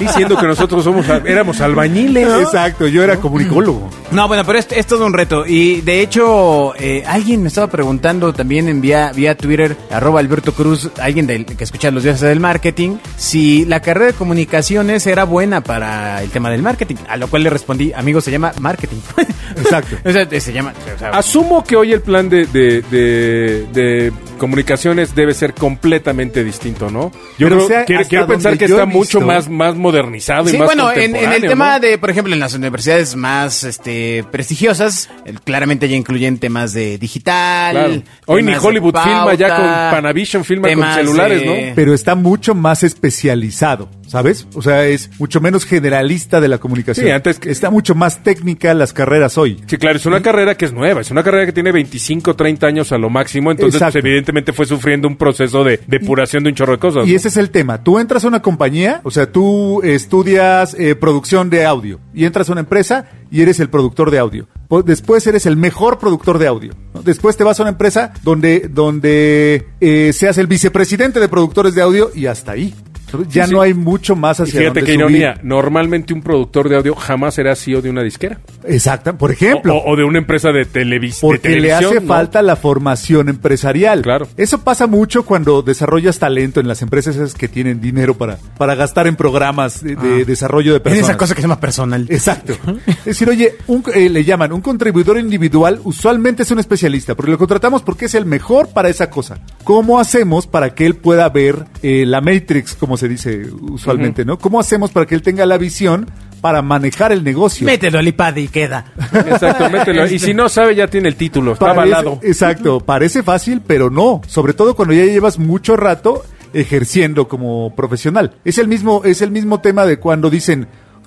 Speaker 4: Diciendo que nosotros somos, al- éramos albañiles.
Speaker 3: Exacto, yo era comunicólogo.
Speaker 2: No, bueno, pero es, es todo un reto. Y de hecho, eh, alguien me estaba preguntando también en vía, vía Twitter, arroba Alberto Cruz, alguien del, que escucha los dioses del marketing, si la carrera de comunicaciones era buena para el tema del marketing. A lo cual le respondí, amigo, se llama marketing.
Speaker 3: Exacto.
Speaker 2: o sea, se llama. o sea,
Speaker 4: Asumo que hoy el plan de, de- de- de comunicaciones debe ser completamente distinto, ¿no? Yo
Speaker 3: Pero
Speaker 4: creo-
Speaker 3: sea
Speaker 4: quiero,
Speaker 3: hasta
Speaker 4: quiero pensar
Speaker 3: donde
Speaker 4: que
Speaker 3: yo
Speaker 4: está
Speaker 3: he visto-
Speaker 4: mucho más, más modernizado Ah, y
Speaker 2: Sí,
Speaker 4: más
Speaker 2: bueno, en, en el
Speaker 4: contemporáneo,
Speaker 2: tema
Speaker 4: ¿no?
Speaker 2: de, por ejemplo, en las universidades más este, prestigiosas, el- claramente ya incluyen temas de digital.
Speaker 4: Claro. Hoy ni
Speaker 2: temas de
Speaker 4: Hollywood filma ya
Speaker 2: pauta,
Speaker 4: con Panavision, filma con
Speaker 2: temas
Speaker 4: celulares,
Speaker 2: de-
Speaker 4: ¿no?
Speaker 3: Pero está mucho más especializado, ¿sabes? O sea, es mucho menos generalista de la comunicación.
Speaker 4: Sí, antes que-
Speaker 3: Está mucho más técnica las carreras hoy.
Speaker 4: Sí, claro, es una carrera que es nueva, es una carrera que tiene 25, 30 años a lo máximo, entonces pues,
Speaker 3: Exacto.
Speaker 4: evidentemente fue sufriendo un proceso de depuración de un chorro de cosas.
Speaker 3: Y
Speaker 4: ¿no?
Speaker 3: ese es el tema. Tú entras a una compañía, o sea, tú estudias eh, producción de audio y entras a una empresa y eres el productor de audio. Po- Después eres el mejor productor de audio. ¿no? Después te vas a una empresa donde, donde eh, seas el vicepresidente de productores de audio y hasta ahí. Ya
Speaker 4: Sí,
Speaker 3: no
Speaker 4: sí.
Speaker 3: hay mucho más
Speaker 4: Y
Speaker 3: hacia
Speaker 4: fíjate
Speaker 3: dónde
Speaker 4: qué
Speaker 3: subir.
Speaker 4: ironía, normalmente un productor de audio jamás será CEO de una disquera.
Speaker 3: Exacta, por
Speaker 4: O,
Speaker 3: ejemplo.
Speaker 4: o- o de una empresa de, televis de
Speaker 3: Porque le
Speaker 4: televisión.
Speaker 3: hace
Speaker 4: ¿no?
Speaker 3: falta la formación empresarial.
Speaker 4: Claro.
Speaker 3: Eso pasa mucho cuando desarrollas talento en las empresas esas que tienen dinero para, para gastar en programas de, de desarrollo de
Speaker 2: En
Speaker 3: personas.
Speaker 2: esa cosa que se llama personal.
Speaker 3: Exacto. Es decir, oye, un- eh, le llaman un contribuidor individual, usualmente es un especialista, porque lo contratamos porque es el mejor para esa cosa. ¿Cómo hacemos para que él pueda ver eh, la Matrix, como se dice usualmente, no? ¿Cómo hacemos para que él tenga la visión para manejar el negocio.
Speaker 2: Mételo al iPad y queda.
Speaker 4: Exacto, mételo. Y
Speaker 3: Este.
Speaker 4: si no sabe, ya tiene el título. Está
Speaker 3: Parece-
Speaker 4: avalado.
Speaker 3: Exacto, parece fácil, pero no, sobre todo cuando ya llevas mucho rato ejerciendo como profesional. Es el mismo, es el mismo tema de cuando dicen,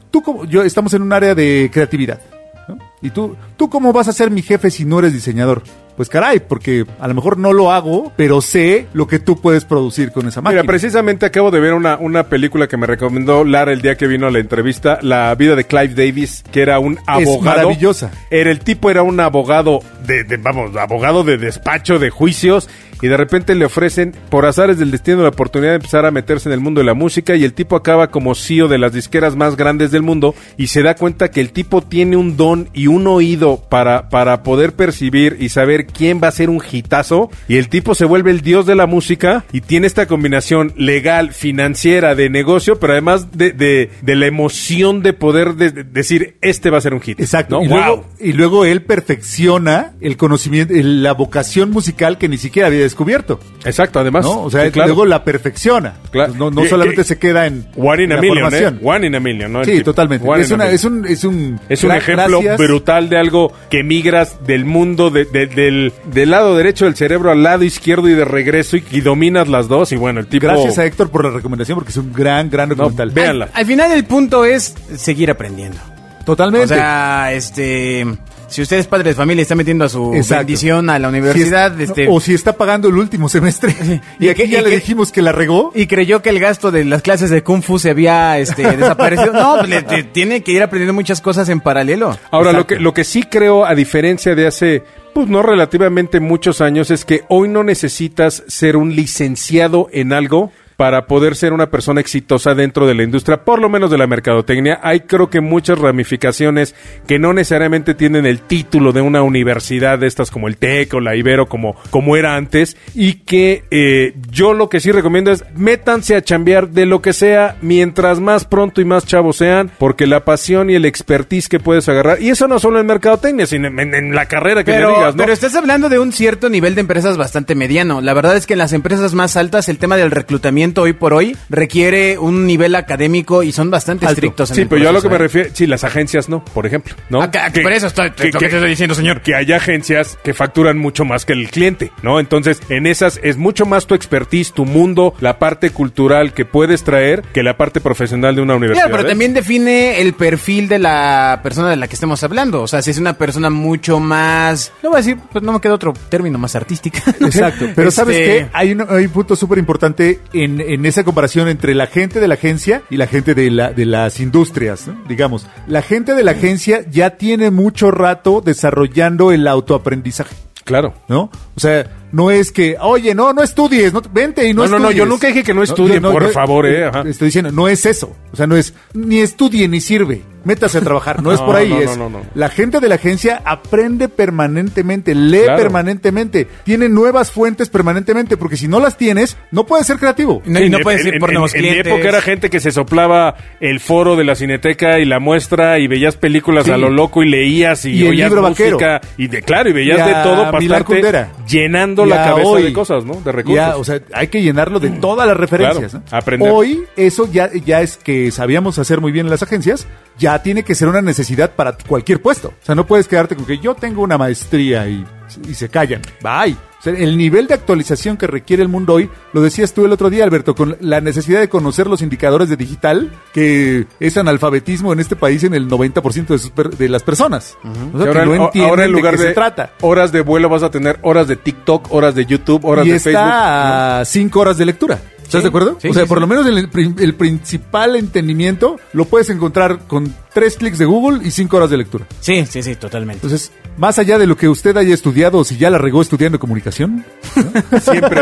Speaker 3: tú como, yo estamos en un área de creatividad, ¿no? Y tú, tú cómo vas a ser mi jefe si no eres diseñador? Pues caray, porque a lo mejor no lo hago, pero sé lo que tú puedes producir con esa máquina.
Speaker 4: Mira, precisamente acabo de ver una, una película que me recomendó Lara el día que vino a la entrevista, La vida de Clive Davis, que era un abogado.
Speaker 3: maravillosa.
Speaker 4: Era, el tipo era un abogado de, de- vamos, abogado de despacho, de juicios, y de repente le ofrecen, por azares del destino, la oportunidad de empezar a meterse en el mundo de la música, y el tipo acaba como CEO de las disqueras más grandes del mundo, y se da cuenta que el tipo tiene un don y un oído para, para poder percibir y saber quién va a ser un hitazo, y el tipo se vuelve el dios de la música, y tiene esta combinación legal, financiera, de negocio, pero además de, de, de la emoción de poder de- de decir, este va a ser un hit.
Speaker 3: Exacto.
Speaker 4: ¿no?
Speaker 3: Y,
Speaker 4: ¡Wow!
Speaker 3: luego, y luego él perfecciona el conocimiento, el- la vocación musical que ni siquiera había descubierto.
Speaker 4: Exacto, además.
Speaker 3: ¿no? O sea,
Speaker 4: Sí, claro.
Speaker 3: luego la perfecciona.
Speaker 4: Claro.
Speaker 3: No, no
Speaker 4: Y-
Speaker 3: solamente
Speaker 4: y-
Speaker 3: se queda en,
Speaker 4: One
Speaker 3: en
Speaker 4: in a
Speaker 3: la
Speaker 4: million,
Speaker 3: formación.
Speaker 4: ¿eh? One in a million, ¿no? El
Speaker 3: Sí,
Speaker 4: tipo.
Speaker 3: totalmente.
Speaker 4: One
Speaker 3: Es,
Speaker 4: in a
Speaker 3: una-
Speaker 4: million.
Speaker 3: es un es un
Speaker 4: Es un
Speaker 3: gra-
Speaker 4: ejemplo
Speaker 3: gracias.
Speaker 4: brutal de algo que migras del mundo, de- de- del, del lado derecho del cerebro al lado izquierdo y de regreso y, y dominas las dos. Y bueno, el tipo.
Speaker 3: Gracias a Héctor por la recomendación porque es un gran gran documental.
Speaker 4: ve- Véanla.
Speaker 2: Al, al final el punto es seguir aprendiendo.
Speaker 3: totalmente.
Speaker 2: O sea, este, si usted es padre de familia y está metiendo a su
Speaker 3: Exacto.
Speaker 2: bendición a la
Speaker 3: Si es-
Speaker 2: universidad,
Speaker 3: no,
Speaker 2: este,
Speaker 3: o si está pagando el último semestre y,
Speaker 2: Y
Speaker 3: aquí
Speaker 2: que-
Speaker 3: ya
Speaker 2: y
Speaker 3: le
Speaker 2: que-
Speaker 3: dijimos que la regó.
Speaker 2: y creyó que el gasto de las clases de kung fu se había este, desaparecido. No, pues, le- te- tiene que ir aprendiendo muchas cosas en paralelo.
Speaker 4: Ahora, lo que, lo que sí creo, a diferencia de hace, pues no relativamente muchos años, es que hoy no necesitas ser un licenciado en algo para poder ser una persona exitosa dentro de la industria, por lo menos de la mercadotecnia. Hay creo que muchas ramificaciones que no necesariamente tienen el título de una universidad de estas como el TEC o la Ibero como, como era antes y que eh, yo lo que sí recomiendo es métanse a chambear de lo que sea mientras más pronto y más chavos sean porque la pasión y el expertise que puedes agarrar y eso no solo en mercadotecnia sino en, en- en la carrera que
Speaker 2: Pero,
Speaker 4: te digas ¿no?
Speaker 2: pero estás hablando de un cierto nivel de empresas bastante mediano. La verdad es que en las empresas más altas el tema del reclutamiento hoy por hoy requiere un nivel académico y son bastante
Speaker 3: Alto.
Speaker 2: estrictos. en
Speaker 4: Sí,
Speaker 2: el
Speaker 4: pero yo a lo que
Speaker 2: proceso,
Speaker 4: me
Speaker 2: ¿eh?
Speaker 4: refiero, sí, las agencias no, por ejemplo, ¿no?
Speaker 2: Ah, que- por eso estoy- lo que te estoy diciendo, señor.
Speaker 4: Que hay agencias que facturan mucho más que el cliente, ¿no? Entonces, en esas es mucho más tu expertise, tu mundo, la parte cultural que puedes traer que la parte profesional de una universidad.
Speaker 2: Claro, pero
Speaker 4: ¿eh?
Speaker 2: también define el perfil de la persona de la que estemos hablando. O sea, si es una persona mucho más. No voy a decir, pues no me queda otro término más artística.
Speaker 3: Exacto. Pero ¿sabes
Speaker 2: Este,
Speaker 3: qué? Hay un, hay un punto súper importante en, en esa comparación entre la gente de la agencia y la gente de, la, de las industrias, ¿no? digamos. La gente de la agencia ya tiene mucho rato desarrollando el autoaprendizaje.
Speaker 4: Claro.
Speaker 3: ¿no? O sea, no es que, oye, no, no estudies, no, vente y no
Speaker 4: No, no,
Speaker 3: estudies.
Speaker 4: no, yo nunca dije que no estudie, por favor, eh, ajá.
Speaker 3: Estoy diciendo, no es eso. O sea, no es ni estudie ni sirve. Métase a trabajar, no, es
Speaker 4: No,
Speaker 3: por ahí.
Speaker 4: no, no,
Speaker 3: es,
Speaker 4: no, no.
Speaker 3: La gente de la agencia aprende permanentemente, lee
Speaker 4: Claro.
Speaker 3: permanentemente, tiene nuevas fuentes permanentemente, porque si no las tienes, no puedes ser creativo.
Speaker 2: No,
Speaker 4: Sí,
Speaker 2: y no
Speaker 4: en-
Speaker 2: puedes
Speaker 4: en-
Speaker 2: ir por
Speaker 4: en-
Speaker 2: nuevos
Speaker 4: en mi
Speaker 2: clientes.
Speaker 4: época era gente que se soplaba el foro de la cineteca y la muestra y veías películas
Speaker 3: Sí.
Speaker 4: a lo loco y leías y,
Speaker 3: Y el
Speaker 4: oías
Speaker 3: libro vaquero.
Speaker 4: música y de claro y veías
Speaker 3: Y a
Speaker 4: de todo para
Speaker 3: Milán
Speaker 4: estarte
Speaker 3: Kundera.
Speaker 4: llenando
Speaker 3: Y
Speaker 4: la
Speaker 3: a
Speaker 4: cabeza
Speaker 3: hoy.
Speaker 4: de cosas, ¿no? De recursos.
Speaker 3: Ya, o sea, hay que llenarlo de todas las referencias.
Speaker 4: Claro,
Speaker 3: ¿no?
Speaker 4: aprender.
Speaker 3: Hoy, eso ya, ya es que sabíamos hacer muy bien en las agencias, ya tiene que ser una necesidad para cualquier puesto. O sea, no puedes quedarte con que yo tengo una maestría y, y se callan. Bye. O sea, el nivel de actualización que requiere el mundo hoy, lo decías tú el otro día, Alberto, con la necesidad de conocer los indicadores de digital, que es analfabetismo en este país en el 90% de, sus per- de las personas. O sea,
Speaker 4: Que
Speaker 3: que
Speaker 4: ahora,
Speaker 3: no
Speaker 4: en- o-
Speaker 3: entienden
Speaker 4: ahora en lugar
Speaker 3: de
Speaker 4: de,
Speaker 3: qué se trata.
Speaker 4: horas de vuelo vas a tener horas de TikTok, horas de YouTube, horas
Speaker 3: y
Speaker 4: de
Speaker 3: está
Speaker 4: Facebook.
Speaker 3: a cinco horas de lectura. ¿Estás
Speaker 2: Sí,
Speaker 3: de acuerdo?
Speaker 2: sí,
Speaker 3: o sea,
Speaker 2: sí, sí.
Speaker 3: por lo menos el, prin- el principal entendimiento lo puedes encontrar con tres clics de Google y cinco horas de lectura.
Speaker 2: Sí, sí, sí, totalmente.
Speaker 3: Entonces, más allá de lo que usted haya estudiado o si ya la regó estudiando comunicación,
Speaker 4: Siempre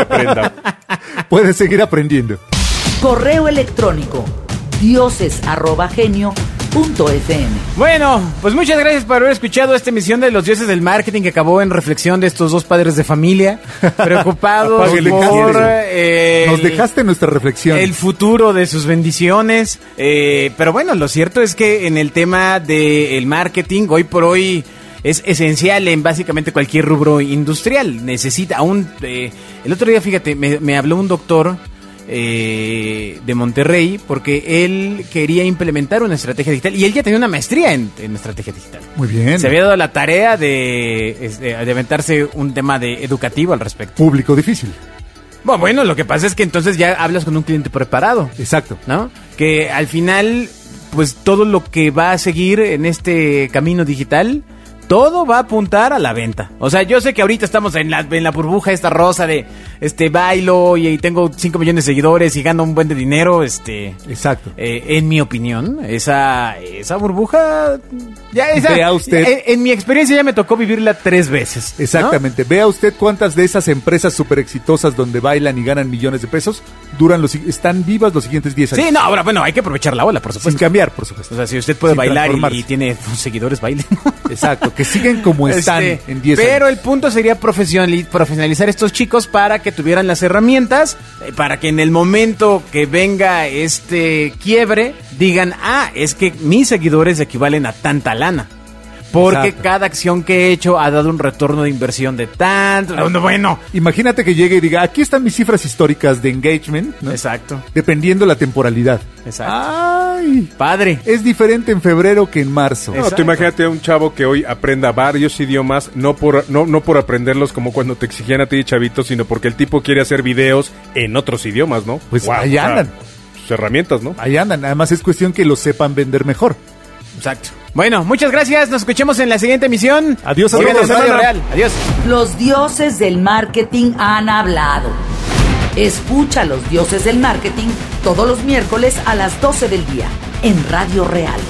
Speaker 4: aprenda.
Speaker 3: puede seguir aprendiendo.
Speaker 1: Correo electrónico dioses@genio.fm.
Speaker 2: Bueno, pues muchas gracias por haber escuchado esta emisión de Los Dioses del Marketing que acabó en reflexión de estos dos padres de familia preocupados
Speaker 3: Apáguenle,
Speaker 2: por
Speaker 3: ¿quién
Speaker 2: eh,
Speaker 3: Nos dejaste nuestra reflexión.
Speaker 2: el futuro de sus bendiciones. eh, pero bueno, lo cierto es que en el tema del marketing, hoy por hoy es esencial en básicamente cualquier rubro industrial. Necesita aún... eh, el otro día, fíjate, me, me habló un doctor eh, de Monterrey porque él quería implementar una estrategia digital y él ya tenía una maestría en, en estrategia digital.
Speaker 3: Muy bien.
Speaker 2: Se había dado la tarea de, este, de aventarse un tema de educativo al respecto.
Speaker 3: Público difícil.
Speaker 2: Bueno, bueno, lo que pasa es que entonces ya hablas con un cliente preparado.
Speaker 3: Exacto.
Speaker 2: ¿no? Que al final, pues todo lo que va a seguir en este camino digital, todo va a apuntar a la venta. O sea, yo sé que ahorita estamos en la, en la burbuja esta rosa de, este, bailo y, y tengo 5 millones de seguidores y gano un buen de dinero, este...
Speaker 3: Exacto.
Speaker 2: eh, en mi opinión, esa, esa burbuja. Ya, esa-
Speaker 4: Vea usted.
Speaker 2: En, en mi experiencia ya me tocó vivirla tres veces. ¿no?
Speaker 3: Exactamente. Vea usted cuántas de esas empresas súper exitosas donde bailan y ganan millones de pesos duran los, si- están vivas los siguientes 10 años.
Speaker 2: Sí, no, ahora, bueno, hay que aprovechar la ola, por
Speaker 3: sin
Speaker 2: supuesto.
Speaker 3: Pues cambiar, por supuesto.
Speaker 2: O sea, si usted puede
Speaker 3: Sin
Speaker 2: bailar y- y,
Speaker 3: transformarse.
Speaker 2: tiene seguidores, baile.
Speaker 3: Exacto. Que siguen como están
Speaker 2: Este,
Speaker 3: en 10
Speaker 2: pero
Speaker 3: años.
Speaker 2: el punto sería profesionali- profesionalizar estos chicos para que tuvieran las herramientas, eh, para que en el momento que venga este quiebre, digan, ah, es que mis seguidores equivalen a tanta lana. Porque
Speaker 3: Exacto.
Speaker 2: cada acción que he hecho ha dado un retorno de inversión de tanto.
Speaker 3: Ah,
Speaker 2: Bueno,
Speaker 3: Imagínate que llegue y diga, aquí están mis cifras históricas de engagement, ¿no?
Speaker 2: exacto,
Speaker 3: dependiendo la temporalidad.
Speaker 2: exacto.
Speaker 3: Ay,
Speaker 2: Padre.
Speaker 3: es diferente en febrero que en marzo.
Speaker 4: No, tú
Speaker 2: Exacto.
Speaker 4: imagínate a un chavo que hoy aprenda varios idiomas, no por, no, no por aprenderlos como cuando te exigían a ti de chavito, sino porque el tipo quiere hacer videos en otros idiomas, ¿no?
Speaker 3: Pues ahí
Speaker 4: o sea,
Speaker 3: andan.
Speaker 4: Sus herramientas, ¿no?
Speaker 3: Ahí andan, además es cuestión que lo sepan vender mejor.
Speaker 2: Exacto. Bueno, muchas gracias. Nos escuchamos en la siguiente emisión.
Speaker 3: Adiós,
Speaker 2: Sigan
Speaker 3: amigos.
Speaker 2: en Radio
Speaker 3: Hasta
Speaker 2: Real. Adiós.
Speaker 1: Los dioses del marketing han hablado. Escucha a los dioses del marketing todos los miércoles a las 12 del día en Radio Real